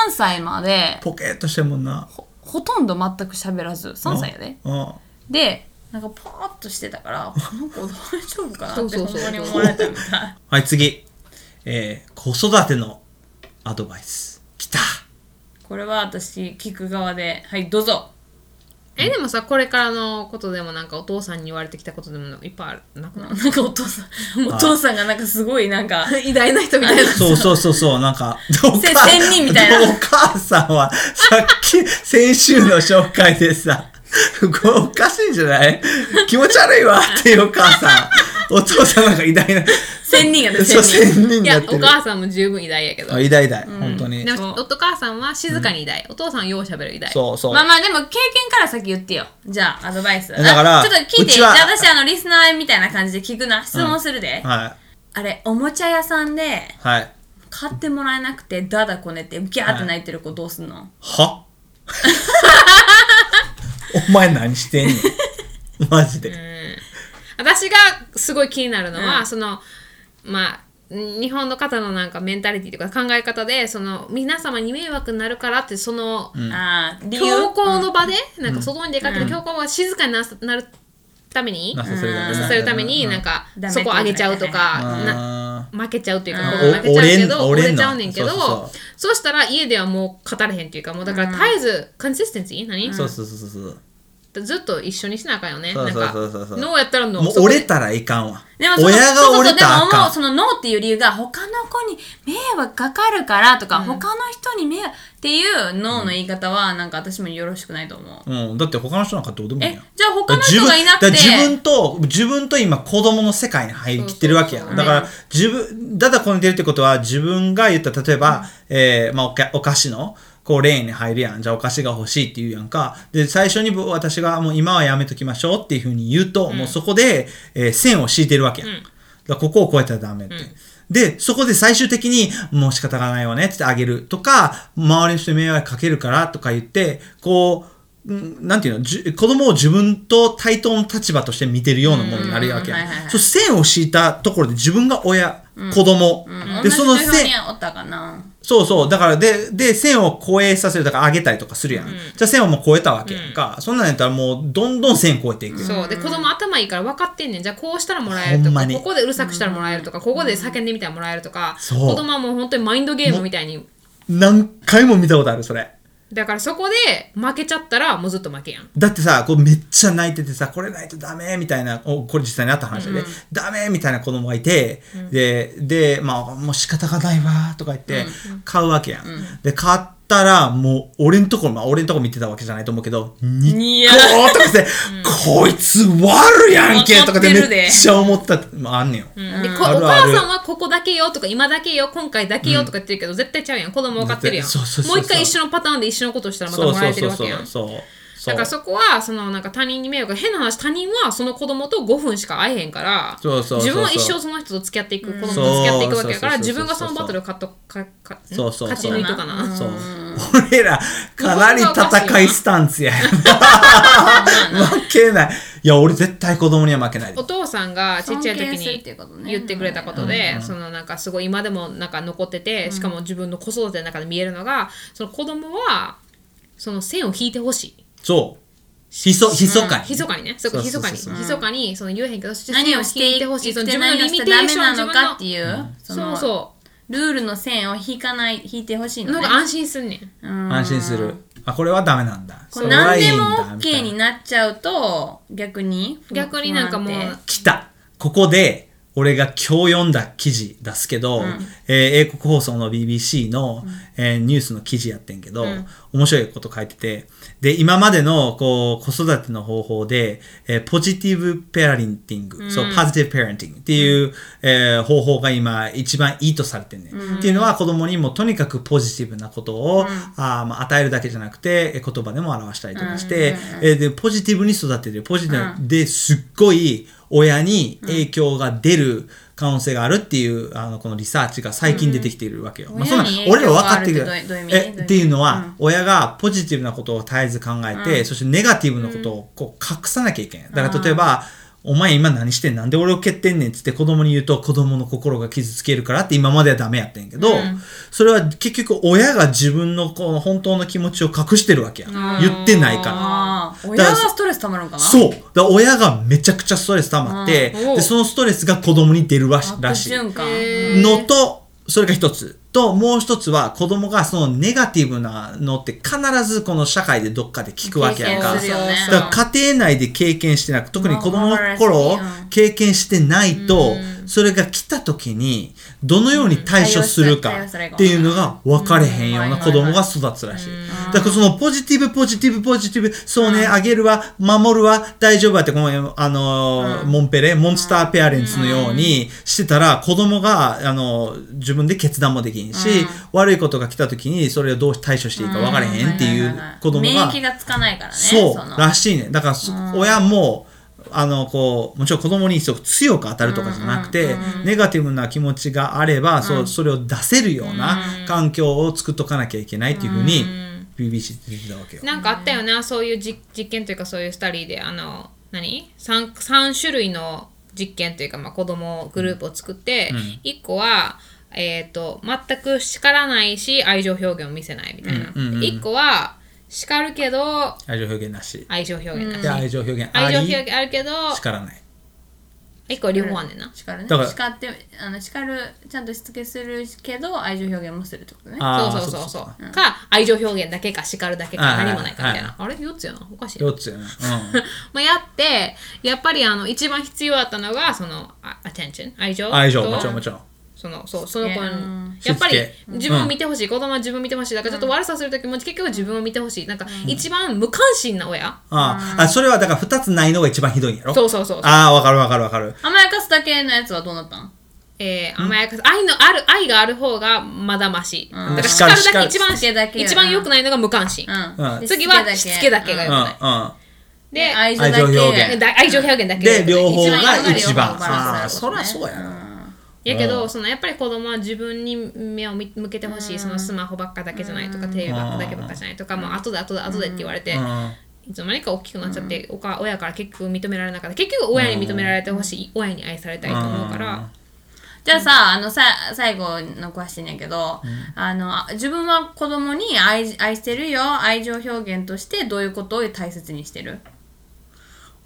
Speaker 3: 3歳まで、
Speaker 1: ポケーっとしてるもんな
Speaker 3: ほほとんど全く喋らず、3歳やで。
Speaker 1: うん
Speaker 3: で、なんかパーッとしてたから、この子大丈夫かなって
Speaker 4: そ
Speaker 3: ほ
Speaker 4: うそうんそう
Speaker 3: まに思われたみたい。
Speaker 1: はい次えー子育てのアドバイスきた
Speaker 3: これは私、聞く側で、はい、どうぞ。
Speaker 4: え、でもさ、これからのことでも、なんかお父さんに言われてきたことでもいっぱいある。なくない
Speaker 3: なんかお父さん、お父さんがなんかすごいなんか、
Speaker 4: 偉大な人みたいな。
Speaker 1: そうそうそうそう、なん か、お
Speaker 3: せ
Speaker 1: 母
Speaker 3: 仙人みたいな
Speaker 1: お母さんは、さっき、先週の紹介でさ、これおかしいんじゃない気持ち悪いわっていうお母さん。お父さんなんか偉大な。
Speaker 3: 千人やで、
Speaker 1: そう、
Speaker 3: 千人。
Speaker 1: 仙人に
Speaker 4: い
Speaker 1: な
Speaker 4: や
Speaker 1: って
Speaker 4: お
Speaker 1: る。
Speaker 4: 母さんも十分偉大やけど
Speaker 1: あ偉大だ、本当に
Speaker 4: で。
Speaker 3: そう
Speaker 4: もお母さんは静かに偉大、お父さんはようしゃべる偉大
Speaker 1: そうそう。
Speaker 3: まあまあでも経験から先言ってよ。じゃあアドバイス。
Speaker 1: だから
Speaker 3: あちょっと聞いうて。
Speaker 1: ち
Speaker 3: じゃ
Speaker 1: は
Speaker 3: あ私あのリスナーみたいな感じで聞くな。質問するで。
Speaker 1: はい。
Speaker 3: あれ、おもちゃ屋さんで
Speaker 1: はい。
Speaker 3: 買ってもらえなくてダダこねてギャーって泣いてる子どうすんの、
Speaker 1: はお前何してん ねん。マジで。
Speaker 4: 私がすごい気になるのは、そのまあ日本の方のなんかメンタリティというか考え方でその皆様に迷惑になるからってその、
Speaker 3: ああ、理由
Speaker 4: 強行の場で、なんか外に出かける強行は静かになさなるために、
Speaker 1: なさせるため
Speaker 4: させるためになんか
Speaker 3: ダメ
Speaker 4: そこ上げちゃうとか、な
Speaker 1: あ
Speaker 4: 負けちゃうというか、
Speaker 1: うん
Speaker 4: こう負けちゃうけど
Speaker 1: お折
Speaker 4: 折
Speaker 1: れん
Speaker 4: れちゃうねんけど
Speaker 1: そ
Speaker 4: そう
Speaker 1: そう
Speaker 4: したら家ではもう語れへんというかもうだから絶えず、コンシステンシー何、
Speaker 1: ーそうそうそうそうそう。
Speaker 4: ずっと一緒にしなあかんよね
Speaker 1: そう
Speaker 4: なん
Speaker 1: そう
Speaker 4: か
Speaker 1: そうそうそう
Speaker 4: ノーやったらノー
Speaker 1: も
Speaker 4: そうこ
Speaker 1: 折
Speaker 4: で
Speaker 1: れたらいかんわ。
Speaker 3: でもその
Speaker 1: 親が折れたらあ
Speaker 3: そうそうそうでもも
Speaker 1: か。
Speaker 3: うんそのノーっていう理由が他の子に迷惑かかるからとか、他の人に迷惑っていうノーの言い方はなんか私もよろしくないと思う。
Speaker 1: うん、だって他の人なんかどうでもいい
Speaker 3: え
Speaker 1: やん。
Speaker 3: じゃあ他の人がいなくて
Speaker 1: だから自分だから自分と自分と今子供の世界に入りきってるわけや
Speaker 4: そうそう
Speaker 1: だから自分だだこねてるってことは自分が言った例えば、えーまあ、おかお菓子のこうレーンに入るやんじゃあお菓子が欲しいって言うやんかで最初に僕私がもう今はやめときましょうっていうふうに言うと、もうそこで、えー線を敷いてるわけやん、だからここを越えたらダメって。で、そこで最終的に、もう仕方がないよねって言ってあげるとか、周りの人に迷惑かけるからとか言って、こう、うんなんていうのじゅ子供を自分と対等の立場として見てるようなものになるわけや、
Speaker 3: うんうんはいはいはい
Speaker 1: そう線を敷いたところで自分が親、子供、
Speaker 3: うん
Speaker 1: でその
Speaker 3: 同じ土俵に
Speaker 1: 線
Speaker 3: おったかな。
Speaker 1: そうそうだからでで線を越えさせるだから上げたりとかするやん、じゃあ線をもう越えたわけやんか、そんなんやったらもうどんどん線越えていくよ、
Speaker 4: そうで子供頭いいから分かってんねんじゃあこうしたらもらえる
Speaker 1: ほ
Speaker 4: と
Speaker 1: んま
Speaker 4: か
Speaker 1: に
Speaker 4: ここでうるさくしたらもらえるとかここで叫んでみたらもらえるとか
Speaker 1: そう
Speaker 4: 子供はもう本当にマインドゲームみたいに
Speaker 1: 何回も見たことあるそれ
Speaker 4: だからそこで負けちゃったらもうずっと負けやん
Speaker 1: だってさこうめっちゃ泣いててさこれないとダメみたいなおこれ実際にあった話で、ねダメみたいな子供がいて、でで、まあ、もう仕方がないわとか言って買うわけやん、で買ったらもう俺んところまあ俺んとこ見てたわけじゃないと思うけどにっこーとかして、こいつ悪やんけとかって
Speaker 3: わかってるで
Speaker 1: めっちゃ思ったまああんねんよ、
Speaker 4: でこお
Speaker 1: あるあ
Speaker 4: 母
Speaker 1: る
Speaker 4: さんはここだけよとか今だけよ今回だけよとか言ってるけど絶対ちゃうやん子供分かってるやん
Speaker 1: 絶対そうそうそう
Speaker 4: もう一回一緒のパターンで一緒のことしたらまた
Speaker 1: そ
Speaker 4: も
Speaker 1: う
Speaker 4: ら
Speaker 1: そ
Speaker 4: え
Speaker 1: う
Speaker 4: て
Speaker 1: そ
Speaker 4: る
Speaker 1: う
Speaker 4: わけ
Speaker 1: そうそ
Speaker 4: やん
Speaker 1: う
Speaker 4: だからそこはそのなんか他人に迷惑変な話他人はその子供と5分しか会えへんから
Speaker 1: そうそうそうそう
Speaker 4: 自分は一生その人と付き合っていく子供と付き合っていくわけやから
Speaker 1: そうそうそ
Speaker 4: 自
Speaker 1: うそう
Speaker 4: 分がそのバトルを勝っとかかん
Speaker 1: そうそうそう
Speaker 4: 勝ち抜いとかな
Speaker 1: そう俺らかなり戦いスタンスや 負けないいや俺絶対子供には負けないで
Speaker 4: お父さんがちっちゃい
Speaker 3: 尊敬
Speaker 4: 時
Speaker 3: するっ
Speaker 4: に
Speaker 3: ていうことね
Speaker 4: 言ってくれたことで、そのなんかすごい今でもなんか残ってて、しかも自分の子育ての中で見えるのがその子供はその線を引いてほしい
Speaker 1: そうひそひそかに、
Speaker 4: 密かにねそこ
Speaker 1: そう
Speaker 4: 密
Speaker 1: そう
Speaker 4: か
Speaker 1: そう
Speaker 4: に
Speaker 1: そ
Speaker 4: 密かにその言えへんけどそして
Speaker 3: 何
Speaker 4: 線
Speaker 3: を
Speaker 4: を
Speaker 3: して
Speaker 4: 引い
Speaker 3: い
Speaker 4: て
Speaker 3: て
Speaker 4: ほ
Speaker 3: ほ
Speaker 4: し
Speaker 3: し
Speaker 4: い
Speaker 3: い
Speaker 4: そ
Speaker 3: そ
Speaker 4: の
Speaker 3: の
Speaker 4: 自
Speaker 3: 自
Speaker 4: 分
Speaker 3: 分のリミ
Speaker 4: のリミテ
Speaker 3: テ
Speaker 4: ー
Speaker 3: ー
Speaker 4: シ
Speaker 3: シ
Speaker 4: ョン
Speaker 3: ョン自
Speaker 4: 自分
Speaker 3: 分
Speaker 4: の
Speaker 3: のっていう、そ
Speaker 4: そ
Speaker 3: の
Speaker 4: うそ
Speaker 3: ルールの線を引かない引いてほしいうの
Speaker 4: なん
Speaker 3: ね
Speaker 4: か。安心すんねん
Speaker 1: 安心するあこれはダメなんだ
Speaker 3: こ
Speaker 1: そうれは
Speaker 3: 何
Speaker 1: いい
Speaker 3: で
Speaker 1: ん
Speaker 3: も
Speaker 1: だみた
Speaker 3: OK
Speaker 1: い
Speaker 3: に
Speaker 1: な
Speaker 3: なっちゃうと逆に
Speaker 4: 逆になんかもう
Speaker 3: 不安定
Speaker 1: 来たここで俺が今日読んだ記事出すけど、えー英国放送の BBC の、えーニュースの記事やってんけど、面白いこと書いててで今までのこう子育ての方法で、えーポジティブペアリンティング、そうポジティブペアリンティングっていう、えー方法が今一番いいとされてんね、ん、っていうのは子供にもとにかくポジティブなことを、あーまあ、与えるだけじゃなくてえー言葉でも表したりとかして、えーでポジティブに育てるポジティブですっごい親に影響が出る可能性があるっていうあのこのリサーチが最近出てきているわけよ。まあ、そんな
Speaker 3: 親に影響
Speaker 1: 俺ら分かってる
Speaker 3: があるってどういうどういう意味
Speaker 1: えっていうのは、親がポジティブなことを絶えず考えて、そしてネガティブなことをこう隠さなきゃいけない。だから例えばお前今何してんなんで俺を蹴ってんねんっつって子供に言うと子供の心が傷つけるからって今まではダメやってんけど、それは結局親が自分のこの本当の気持ちを隠してるわけや。言ってないから。
Speaker 3: ああ
Speaker 1: だ
Speaker 3: 親
Speaker 1: から
Speaker 3: がストレスたまるんかな
Speaker 1: そう。だから親がめちゃくちゃストレス溜まって、
Speaker 4: うんおう
Speaker 1: で、そのストレスが子供に出るわし
Speaker 3: 悪
Speaker 1: らしい。
Speaker 3: 循環
Speaker 4: へ
Speaker 1: のと、それが一つ。と、もう一つは、子供がそのネガティブなのって必ずこの社会でどっかで聞くわけやん
Speaker 3: 経
Speaker 1: か
Speaker 3: 験す。るよね
Speaker 1: だから家庭内で経験してなく、特に子供の頃
Speaker 3: まあ
Speaker 1: 経験してないと、それが来た時にどのように対処する
Speaker 3: うん対
Speaker 1: か
Speaker 3: 応したい
Speaker 1: っていうのが分かれへんような
Speaker 3: うん
Speaker 1: 子供が育つらしい。だからそのポジティブポジティブポジティブそうねあげるわ守るわ大丈夫わってこのあのーモンペレモンスターペアレンツのようにしてたら子供があのー自分で決断もできんし悪いことが来た時にそれをどう対処していいか分かれへんっていう子供
Speaker 3: 免
Speaker 1: が
Speaker 3: 疫がつかないからね。
Speaker 1: そう
Speaker 3: の
Speaker 1: らしいねだからそ親もあのこうもちろん子供にそう強く当たるとかじゃなくて、ネガティブな気持ちがあれば、そうそれを出せるような環境を作っとかなきゃいけないっていうふうに BBC って言ってたわけよ。
Speaker 4: なんかあったよな、そういう実実験というかそういうスタディであの何 3, 三種類の実験というか、まあ、子供グループを作って、一1個は、えー、と全く叱らないし愛情表現を見せないみたいな、
Speaker 1: うんうんうん
Speaker 4: で一個は叱るけど
Speaker 1: 愛情表現なし。
Speaker 4: 愛情表現だ
Speaker 1: いや愛情表現あ
Speaker 4: 愛
Speaker 1: り
Speaker 4: 情表現あるけど
Speaker 1: 叱らない。
Speaker 4: 一個は両方あんねんな、
Speaker 3: 叱るね。
Speaker 1: だから
Speaker 3: 叱って、あの叱る、ちゃんとしつけするけど、愛情表現もするってことね。
Speaker 1: あー
Speaker 4: そうそうそうそう
Speaker 1: っか
Speaker 4: か愛情表現だけか叱るだけ
Speaker 1: あ
Speaker 4: か
Speaker 1: ー
Speaker 4: 何もないかみたい
Speaker 1: は
Speaker 4: なあれ4つやなおかしいな
Speaker 1: 四つやな。
Speaker 4: まあやってやっぱりあの一番必要だったのがそのあ attention 愛
Speaker 1: う
Speaker 4: 情
Speaker 1: ん。愛情
Speaker 4: と
Speaker 1: もちろんもちろん。
Speaker 4: そのそうその子に
Speaker 3: うん
Speaker 4: やっぱり
Speaker 1: しつけ
Speaker 4: 自分を見てほしい、子供は自分を見てほしいだからちょっと悪さする時も結局自分を見てほしいなんか一番無関心な親、
Speaker 1: あーあそれはだから二つないのが一番ひどいんやろ。
Speaker 4: そうそうそうそう
Speaker 1: ああわかるわかるわかる。
Speaker 3: 甘やかすだけのやつはどうなったん
Speaker 4: えー甘やかす愛のある愛がある方がまだまし、だから叱
Speaker 1: 叱る
Speaker 4: るだけ一
Speaker 3: 叱る
Speaker 4: 番
Speaker 3: しつけだけ
Speaker 4: 一番良くないのが無関心、
Speaker 3: うん。
Speaker 1: うん
Speaker 3: で
Speaker 4: 次はしつけだけ
Speaker 1: う
Speaker 4: が良
Speaker 1: ん
Speaker 4: くない、
Speaker 1: うん。
Speaker 4: で
Speaker 3: で愛情だけ。
Speaker 1: 愛情表現
Speaker 4: だ愛情表現だけ
Speaker 1: で両方が一
Speaker 3: 一
Speaker 1: 番
Speaker 3: 番。
Speaker 1: あ
Speaker 3: が
Speaker 1: あーそりゃそうやな。
Speaker 4: やけど、そのやっぱり子供は自分に目を向けてほしい、そのスマホばっかだけじゃないとか、テレビばっかだけばっかじゃないとか、もう後で後で後でって言われて、
Speaker 1: うん
Speaker 4: いつの間にか大きくなっちゃって、おか親から結局認められなかった結局親に認められてほしい、親に愛されたいと思うから、
Speaker 3: じゃあさ、あのさ、最後の詳しいんやけど、あの、あ自分は子供に愛愛してるよ、愛情表現としてどういうことを大切にしてる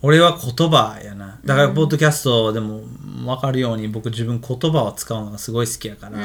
Speaker 1: 俺は言葉やなだからポッドキャストでも分かるように僕自分言葉を使うのがすごい好きやから、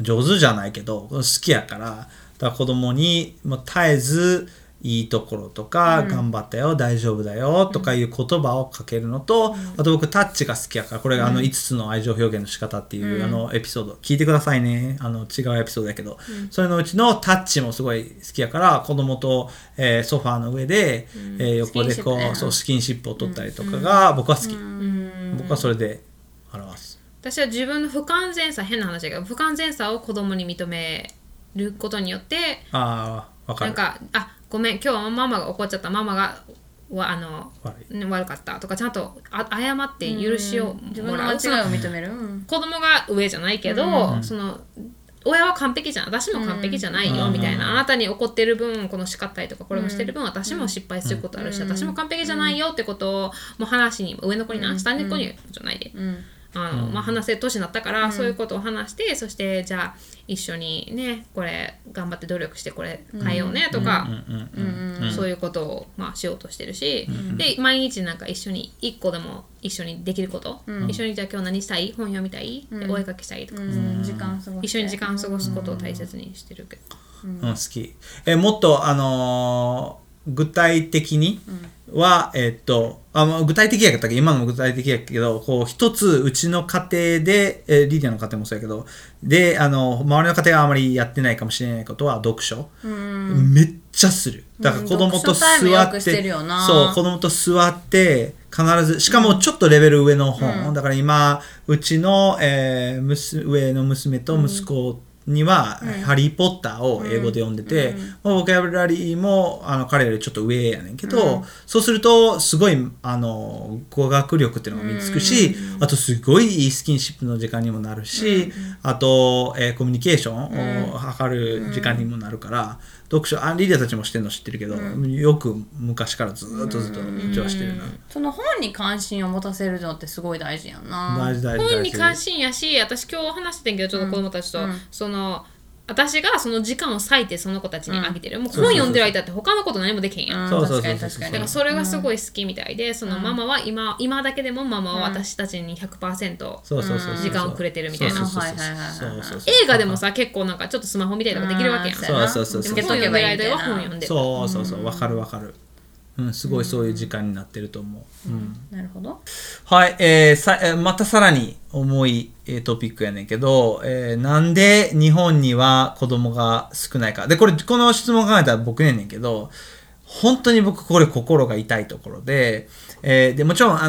Speaker 1: 上手じゃないけど好きやからだから子供にもう絶えずいいところとか、頑張ったよ大丈夫だよとかいう言葉をかけるのと、あと僕タッチが好きやからこれがあの5つの愛情表現の仕方っていう、あのエピソード聞いてくださいねあの違うエピソードやけど、それのうちのタッチもすごい好きやから子供と、えーソファーの上で、えー横でこう
Speaker 3: スキンシップね
Speaker 1: そうスキンシップを取ったりとかが僕は好き、僕はそれで表す
Speaker 4: 私は自分の不完全さ変な話だけど不完全さを子供に認めることによって
Speaker 1: ああ分か
Speaker 4: な
Speaker 1: る
Speaker 4: んか「あごめん今日はママが怒っちゃったママがわあの
Speaker 1: 悪
Speaker 4: ね悪かった」とかちゃんとあ謝って許しを
Speaker 3: 自
Speaker 4: も
Speaker 3: 分の
Speaker 4: ら
Speaker 3: 間
Speaker 4: う。
Speaker 3: 違いを認める、うん
Speaker 4: 子供が上じゃないけど、その親は完璧じゃん私も完璧じゃないよ、みたいなあなたに怒ってる分この叱ったりとかこれもしてる分、私も失敗することあるし、私も完璧じゃないよってことをもう話に上の子にな下の子にじゃないで、あのまあ、話せる年になったから、そういうことを話してそしてじゃあ一緒にねこれ頑張って努力してこれ変えようねとか。そういうことを、まあ、しようとしてるし、で毎日なんか一緒に一個でも一緒にできること、一緒にじゃあ今日何したい本読みたい、でお絵かきしたいとか、
Speaker 3: うん時間過ごして
Speaker 4: 一緒に時間を過ごすことを大切にしてるけど、
Speaker 1: うん、好き。え、もっと、あのー具体的には、えっと、あの具体的やったっけ今のも具体的やけど、こう、一つ、うちの家庭で、えーリーダーの家庭もそうやけど、で、あの、周りの家庭があまりやってないかもしれないことは、読書。めっちゃする。だから子供と
Speaker 3: うん読書タイム
Speaker 1: 座
Speaker 3: よ
Speaker 1: っ
Speaker 3: く
Speaker 1: て、
Speaker 3: してるよな
Speaker 1: そう、子供と座って、必ず、しかもちょっとレベル上の本。だから今、うちの、えー娘上の娘と息子には、ハリー・ポッターを英語で読んでて、まあボキャブラリーもあの彼よりちょっと上やねんけど、そうすると、すごい、あの、語学力っていうのが身につくし、あとすごいいいスキンシップの時間にもなるし、あと、えーコミュニケーションを測る時間にもなるから、読書、あ、リーダーたちもしてるの知ってるけど、よく昔からずーっとずっとうちはしてるな。
Speaker 3: その本に関心を持たせるのってすごい大事やんな
Speaker 1: 大事大事大事。
Speaker 4: 本に関心やし私今日話してんけどちょっと子供たちと、その私がその時間を割いてその子たちにあげてる、もう本読んでる間って他のこと何もできへんやん、
Speaker 1: そうそうそう
Speaker 3: 確かに確か
Speaker 1: そう
Speaker 3: に
Speaker 4: だからそれがすごい好きみたいで、そのママは今今だけでもママは私たちに100%、
Speaker 1: そうそうそうそう
Speaker 4: 時間をくれてるみたいな
Speaker 1: そうそうそう
Speaker 3: はいはいはいはいはい
Speaker 1: そうそうそう
Speaker 4: 映画でもさ結構なんかちょっとスマホ見たりとかできるわけやん
Speaker 3: うん
Speaker 1: そうそうそう
Speaker 4: で
Speaker 1: そ
Speaker 4: も
Speaker 1: う
Speaker 3: つけと
Speaker 4: 本読
Speaker 3: け
Speaker 4: ん
Speaker 3: ば
Speaker 4: でる
Speaker 3: いいみた
Speaker 4: 間
Speaker 3: いな
Speaker 4: は本読んでる
Speaker 1: そうそうそうわかるわかるうん、すごいそういう時間になってると思う。うん
Speaker 3: なるほど
Speaker 1: はい、えーさえーまたさらに重い、えートピックやねんけど、えーなんで日本には子供が少ないか。で、これ、この質問を考えたら僕やねんけど、本当に僕、これ心が痛いところで、えーでもちろん、あ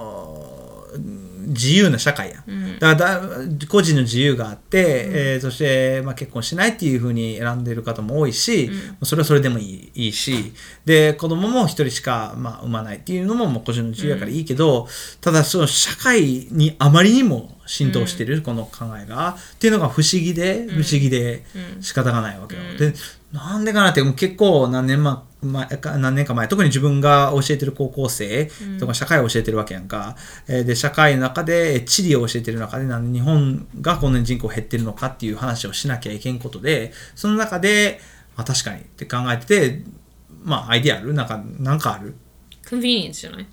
Speaker 1: のー自由な社会や、ん、だからだ個人の自由があって、えーそして、まあ、結婚しないっていうふうに選んでる方も多いし、それはそれでもいいいいしで子供も一人しか、まあ、産まないっていうのももう個人の自由やからいいけど、ただその社会にあまりにも浸透してる、この考えがっていうのが不思議で不思議で仕方がないわけよ。でなんでかなってもう結構何年前前か何年か前特に自分が教えてる高校生とか社会を教えてるわけやんか、えーで社会の中でえー地理を教えてる中でなんで日本がこんなに人口減ってるのかっていう話をしなきゃいけんことでその中であ確かにって考えててまあアイディアあるなんかなんかある
Speaker 4: コンビニエンスじゃない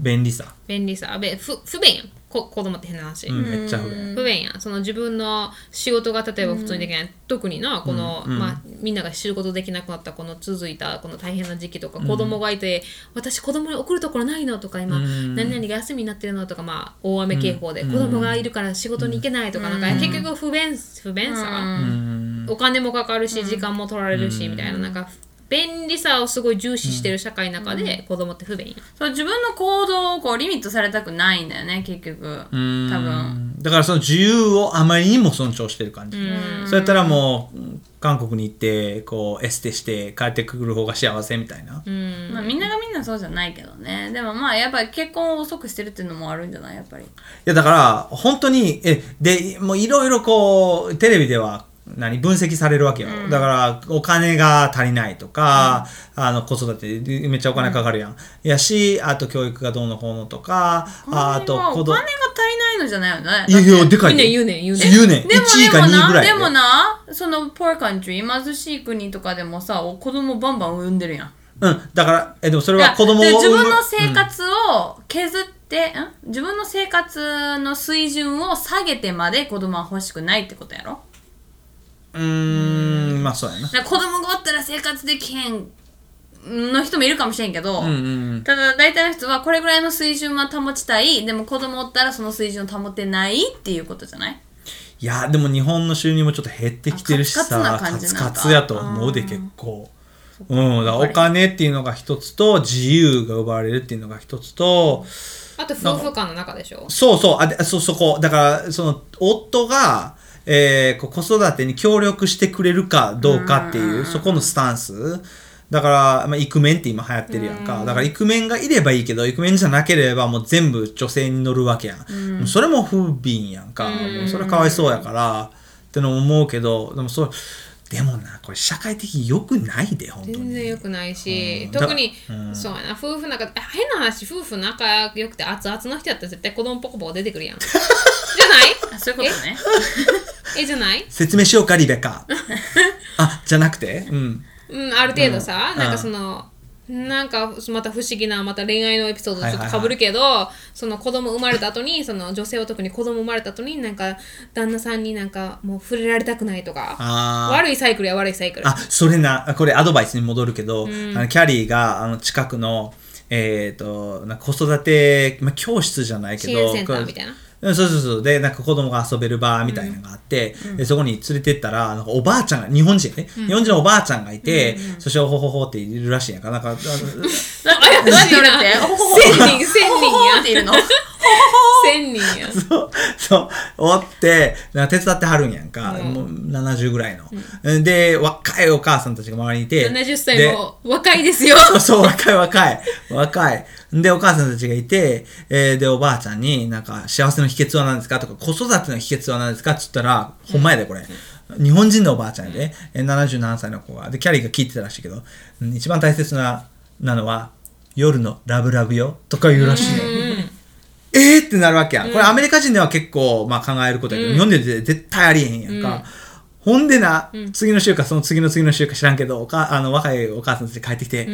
Speaker 1: 便利さ、
Speaker 4: 便利さあべ不不便やんこ子供って変な話、
Speaker 1: うん、めっちゃ不便
Speaker 4: 不便やんその自分の仕事が例えば普通にできない、特になこの、まあ、みんなが仕事できなくなったこの続いたこの大変な時期とか、子供がいて私子供に送るところないのとか今、何々が休みになってるのとか、まあ、大雨警報で、子供がいるから仕事に行けないとか,、なんか結局不便不便さ、お金もかかるし時間も取られるし、みたいななんか便利さをすごい重視してる社会の中で、子供って不便やん
Speaker 3: そう自分の行動をこうリミットされたくないんだよね結局多分
Speaker 1: だからその自由をあまりにも尊重してる感じ、そうやったらもううん韓国に行ってこうエステして帰ってくる方が幸せみたいな、
Speaker 3: まあ、みんながみんなそうじゃないけどねでもまあやっぱり結婚を遅くしてるっていうのもあるんじゃないやっぱり
Speaker 1: いやだから本当にえでもういろいろこうテレビでは何分析されるわけよ、だからお金が足りないとか、あの子育てでめっちゃお金かかるやん、やしあと教育がどうのこうのとかああと
Speaker 3: まあお
Speaker 1: 供
Speaker 3: 金が足りないのじゃないよね
Speaker 1: いやいやでかいよ
Speaker 4: 言うねん言うねん
Speaker 1: 言うねん
Speaker 3: でも
Speaker 1: 1位
Speaker 3: で
Speaker 1: か
Speaker 3: も
Speaker 1: 2位ぐ
Speaker 3: な
Speaker 1: らい
Speaker 3: でもなその poor country 貧しい国とかでもさお子供バンバン産んでるやん
Speaker 1: うんだからえでもそれ
Speaker 3: いや
Speaker 1: は子供を
Speaker 3: で自
Speaker 1: 産む
Speaker 3: 分の生活を削って、ん、自分の生活の水準を下げてまで子供は欲しくないってことやろ
Speaker 1: うーんまあそうやな
Speaker 3: だから子供がおったら生活できへんの人もいるかもしれんけど、
Speaker 1: うんうん
Speaker 3: ただ大体の人はこれぐらいの水準は保ちたいでも子供おったらその水準を保てないっていうことじゃない
Speaker 1: いやでも日本の収入もちょっと減ってきてるしさ
Speaker 3: あカ
Speaker 1: カ
Speaker 3: ツカツな感じ
Speaker 1: ツ
Speaker 3: なんだ
Speaker 1: カツやと思うで結構うんだからお金っていうのが一つと自由が奪われるっていうのが一つと
Speaker 4: あと夫婦間の中でしょ
Speaker 1: そうそうあでそそこだからその夫がえーこう子育てに協力してくれるかどうかっていうそこのスタンスだから、まあ、イクメンって今流行ってるやんかだからイクメンがいればいいけどイクメンじゃなければもう全部女性に乗るわけやん、もうそれも不憫やんかもうそれはかわいそうやからってのも思うけどでもそうでもなこれ社会的に良くないで本当
Speaker 4: 全
Speaker 1: に
Speaker 4: 然良くないし、
Speaker 1: うん
Speaker 4: 特に、
Speaker 1: だうん
Speaker 4: そうやな夫婦仲あ変な話夫婦仲良くて熱々の人やったら絶対子供ポコポコ出てくる やんじゃな
Speaker 3: あそういうことね
Speaker 4: いえじゃない
Speaker 1: 説明しようかリベ カあじゃなくてうん
Speaker 4: うんある程度さ、
Speaker 1: うん
Speaker 4: なんかそのなんかまた不思議なまた恋愛のエピソードと
Speaker 1: はい
Speaker 4: ちょっ
Speaker 1: はいは
Speaker 4: と
Speaker 1: い
Speaker 4: 被るけど、その子供生まれた後にその女性は特に子供生まれた後になんか旦那さんになんかもう触れられたくないとか
Speaker 1: あー
Speaker 4: 悪いサイクルや悪いサイクル
Speaker 1: あそれなこれアドバイスに戻るけど、あのキャリーがあの近くの、えー、となんか子育て、まあ、教室じゃないけど
Speaker 4: 支援センターみたいな
Speaker 1: うんそうそうそうでなんか子供が遊べるバーみたいなのがあって、でそこに連れてったらなんかおばあちゃんが日本人やね、日本人のおばあちゃんがいて、そしておほほほっているらしいんやからなんかあの
Speaker 3: だって
Speaker 4: 怪
Speaker 3: だっ
Speaker 4: していな
Speaker 3: だっておほほほ
Speaker 4: 千人千
Speaker 3: おほほ
Speaker 4: 人
Speaker 3: ほ
Speaker 4: や
Speaker 3: っているの
Speaker 4: 千人や
Speaker 1: そう、そう、おって、なんか手伝ってはるんやんか、もう70ぐらいの、で、若いお母さんたちが周りにいて、
Speaker 4: 70
Speaker 1: で
Speaker 4: 歳も若いですよ
Speaker 1: そうそう、若い若い。若い。で、お母さんたちがいて、えーで、おばあちゃんに、なんか、幸せの秘訣は何ですかとか、子育ての秘訣は何ですかって言ったら、ほんまやで、これ。日本人のおばあちゃんやで、えー77歳の子が。で、キャリーが聞いてたらしいけど、うん一番大切な、なのは、夜のラブラブよ、とか言うらしいの。えーってなるわけやん。これアメリカ人では結構、まあ、考えることやけど、日本で絶対ありえへんやんか。ほんでな、次の週かその次の次の週か知らんけど、おかあの若いお母さんたち帰ってきて、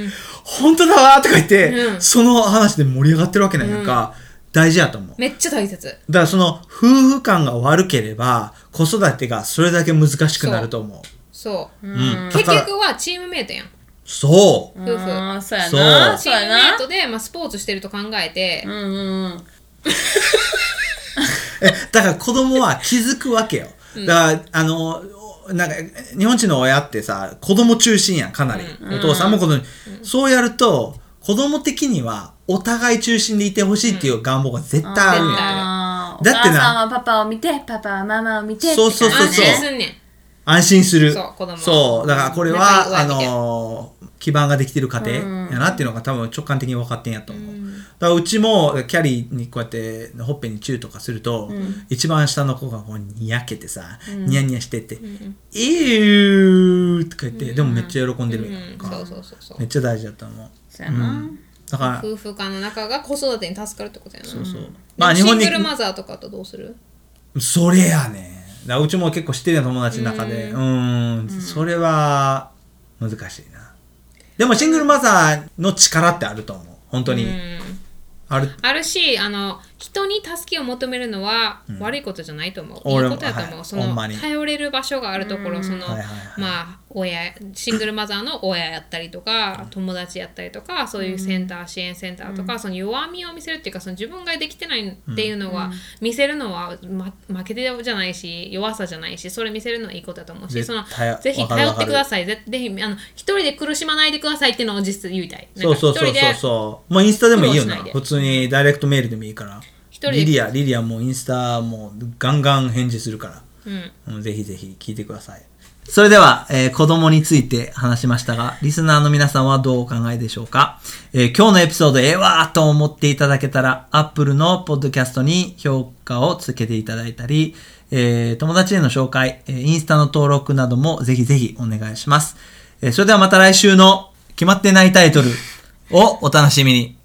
Speaker 1: 本当だわーとか言って、
Speaker 4: うん
Speaker 1: その話で盛り上がってるわけなんやんか、大事やと思う。
Speaker 4: めっちゃ大切
Speaker 1: だからその夫婦間が悪ければ、子育てがそれだけ難しくなると思う。
Speaker 4: そう
Speaker 1: うん。
Speaker 4: 結
Speaker 1: だから
Speaker 4: 局はチームメイトやん
Speaker 1: そう
Speaker 4: 夫婦
Speaker 3: あーそうや
Speaker 1: そう
Speaker 3: な。
Speaker 4: チ
Speaker 3: そう
Speaker 4: ー
Speaker 3: や
Speaker 4: ムメイ
Speaker 3: な
Speaker 4: ト。で、まあ、スポーツしてると考えて、
Speaker 3: うんうんうん。
Speaker 1: えだから子供は気づくわけよ。だから、あの、なんか、日本人の親ってさ、子供中心やん、かなり。お父さんも子供に、そうやると、子供的にはお互い中心でいてほしいっていう願望が絶対あるんやん。
Speaker 3: あー
Speaker 1: だってな
Speaker 3: お母さんはパパを見て、パパはママを見てっ
Speaker 1: そう
Speaker 3: て感じ。
Speaker 1: そうそうそう
Speaker 4: 安心すんねん。
Speaker 1: 安心する。
Speaker 4: そう子供
Speaker 1: そうだからこれは、あ
Speaker 4: 仲良い
Speaker 1: のー基盤ができてる家庭やなっていうのが多分直感的に分かってんやと思う。だからうちも、キャリーにこうやって、ほっぺにチューとかすると、一番下の子がこう、にやけてさ、ニヤニヤしてって、えーとか言って、でもめっちゃ喜んでるやん
Speaker 4: うん、
Speaker 1: か
Speaker 4: そうそうそうそう
Speaker 1: めっちゃ大事だと思う。
Speaker 3: そうやな。
Speaker 1: だから、
Speaker 4: 夫婦間の中が子育てに助かるってことやな
Speaker 1: そうそう。
Speaker 4: ま
Speaker 1: ま
Speaker 4: あ
Speaker 1: あ
Speaker 4: 日
Speaker 1: 日
Speaker 4: 本
Speaker 1: 本
Speaker 4: に
Speaker 1: に
Speaker 4: シン、グルマザーとかとどうする
Speaker 1: それやね。だからうちも結構知ってるよ友達の中で。うーん、それは難しいな。でもシングルマザーの力ってあると思う。本当に。ある。
Speaker 4: あるしあの人に助けを求めるのは悪いことじゃないと思う、
Speaker 1: 俺
Speaker 4: いい
Speaker 1: も
Speaker 4: ことやと思う、
Speaker 1: はい
Speaker 4: そ
Speaker 1: ほ
Speaker 4: の
Speaker 1: んまに
Speaker 4: 頼れる場所があるところ、その、
Speaker 1: はいはいはい
Speaker 4: まあ親シングルマザーの親やったりとか友達やったりとかそういうセンター支援センターとか、その弱みを見せるっていうかその自分ができてないっていうのは、見せるのは、ま、負けてじゃないし弱さじゃないしそれ見せるのはいいことだと思うし
Speaker 1: 絶
Speaker 4: その
Speaker 1: 対
Speaker 4: ぜひ
Speaker 1: わかる
Speaker 4: 頼
Speaker 1: わ
Speaker 4: っ
Speaker 1: か
Speaker 4: て
Speaker 1: る
Speaker 4: くださいぜぜひあの一人で苦しまないでくださいっていうのを実質言いたいなん
Speaker 1: そう
Speaker 4: か
Speaker 1: そうそう
Speaker 4: 一人で
Speaker 1: そうそう。もうインスタでもいいよ
Speaker 4: 苦労し
Speaker 1: な。
Speaker 4: ないで
Speaker 1: 普通にダイレクトメールでもいいから。
Speaker 4: 人で
Speaker 1: リリア、リリアもインスタもガンガン返事するから。
Speaker 4: うん
Speaker 1: うんぜひぜひ聞いてください。それでは、えー子供について話しましたが、リスナーの皆さんはどうお考えでしょうか、えー今日のエピソードええわーと思っていただけたら、Apple のポッドキャストに評価をつけていただいたり、えー友達への紹介、えーインスタの登録などもぜひぜひお願いします。えーそれではまた来週の決まってないタイトルをお楽しみに。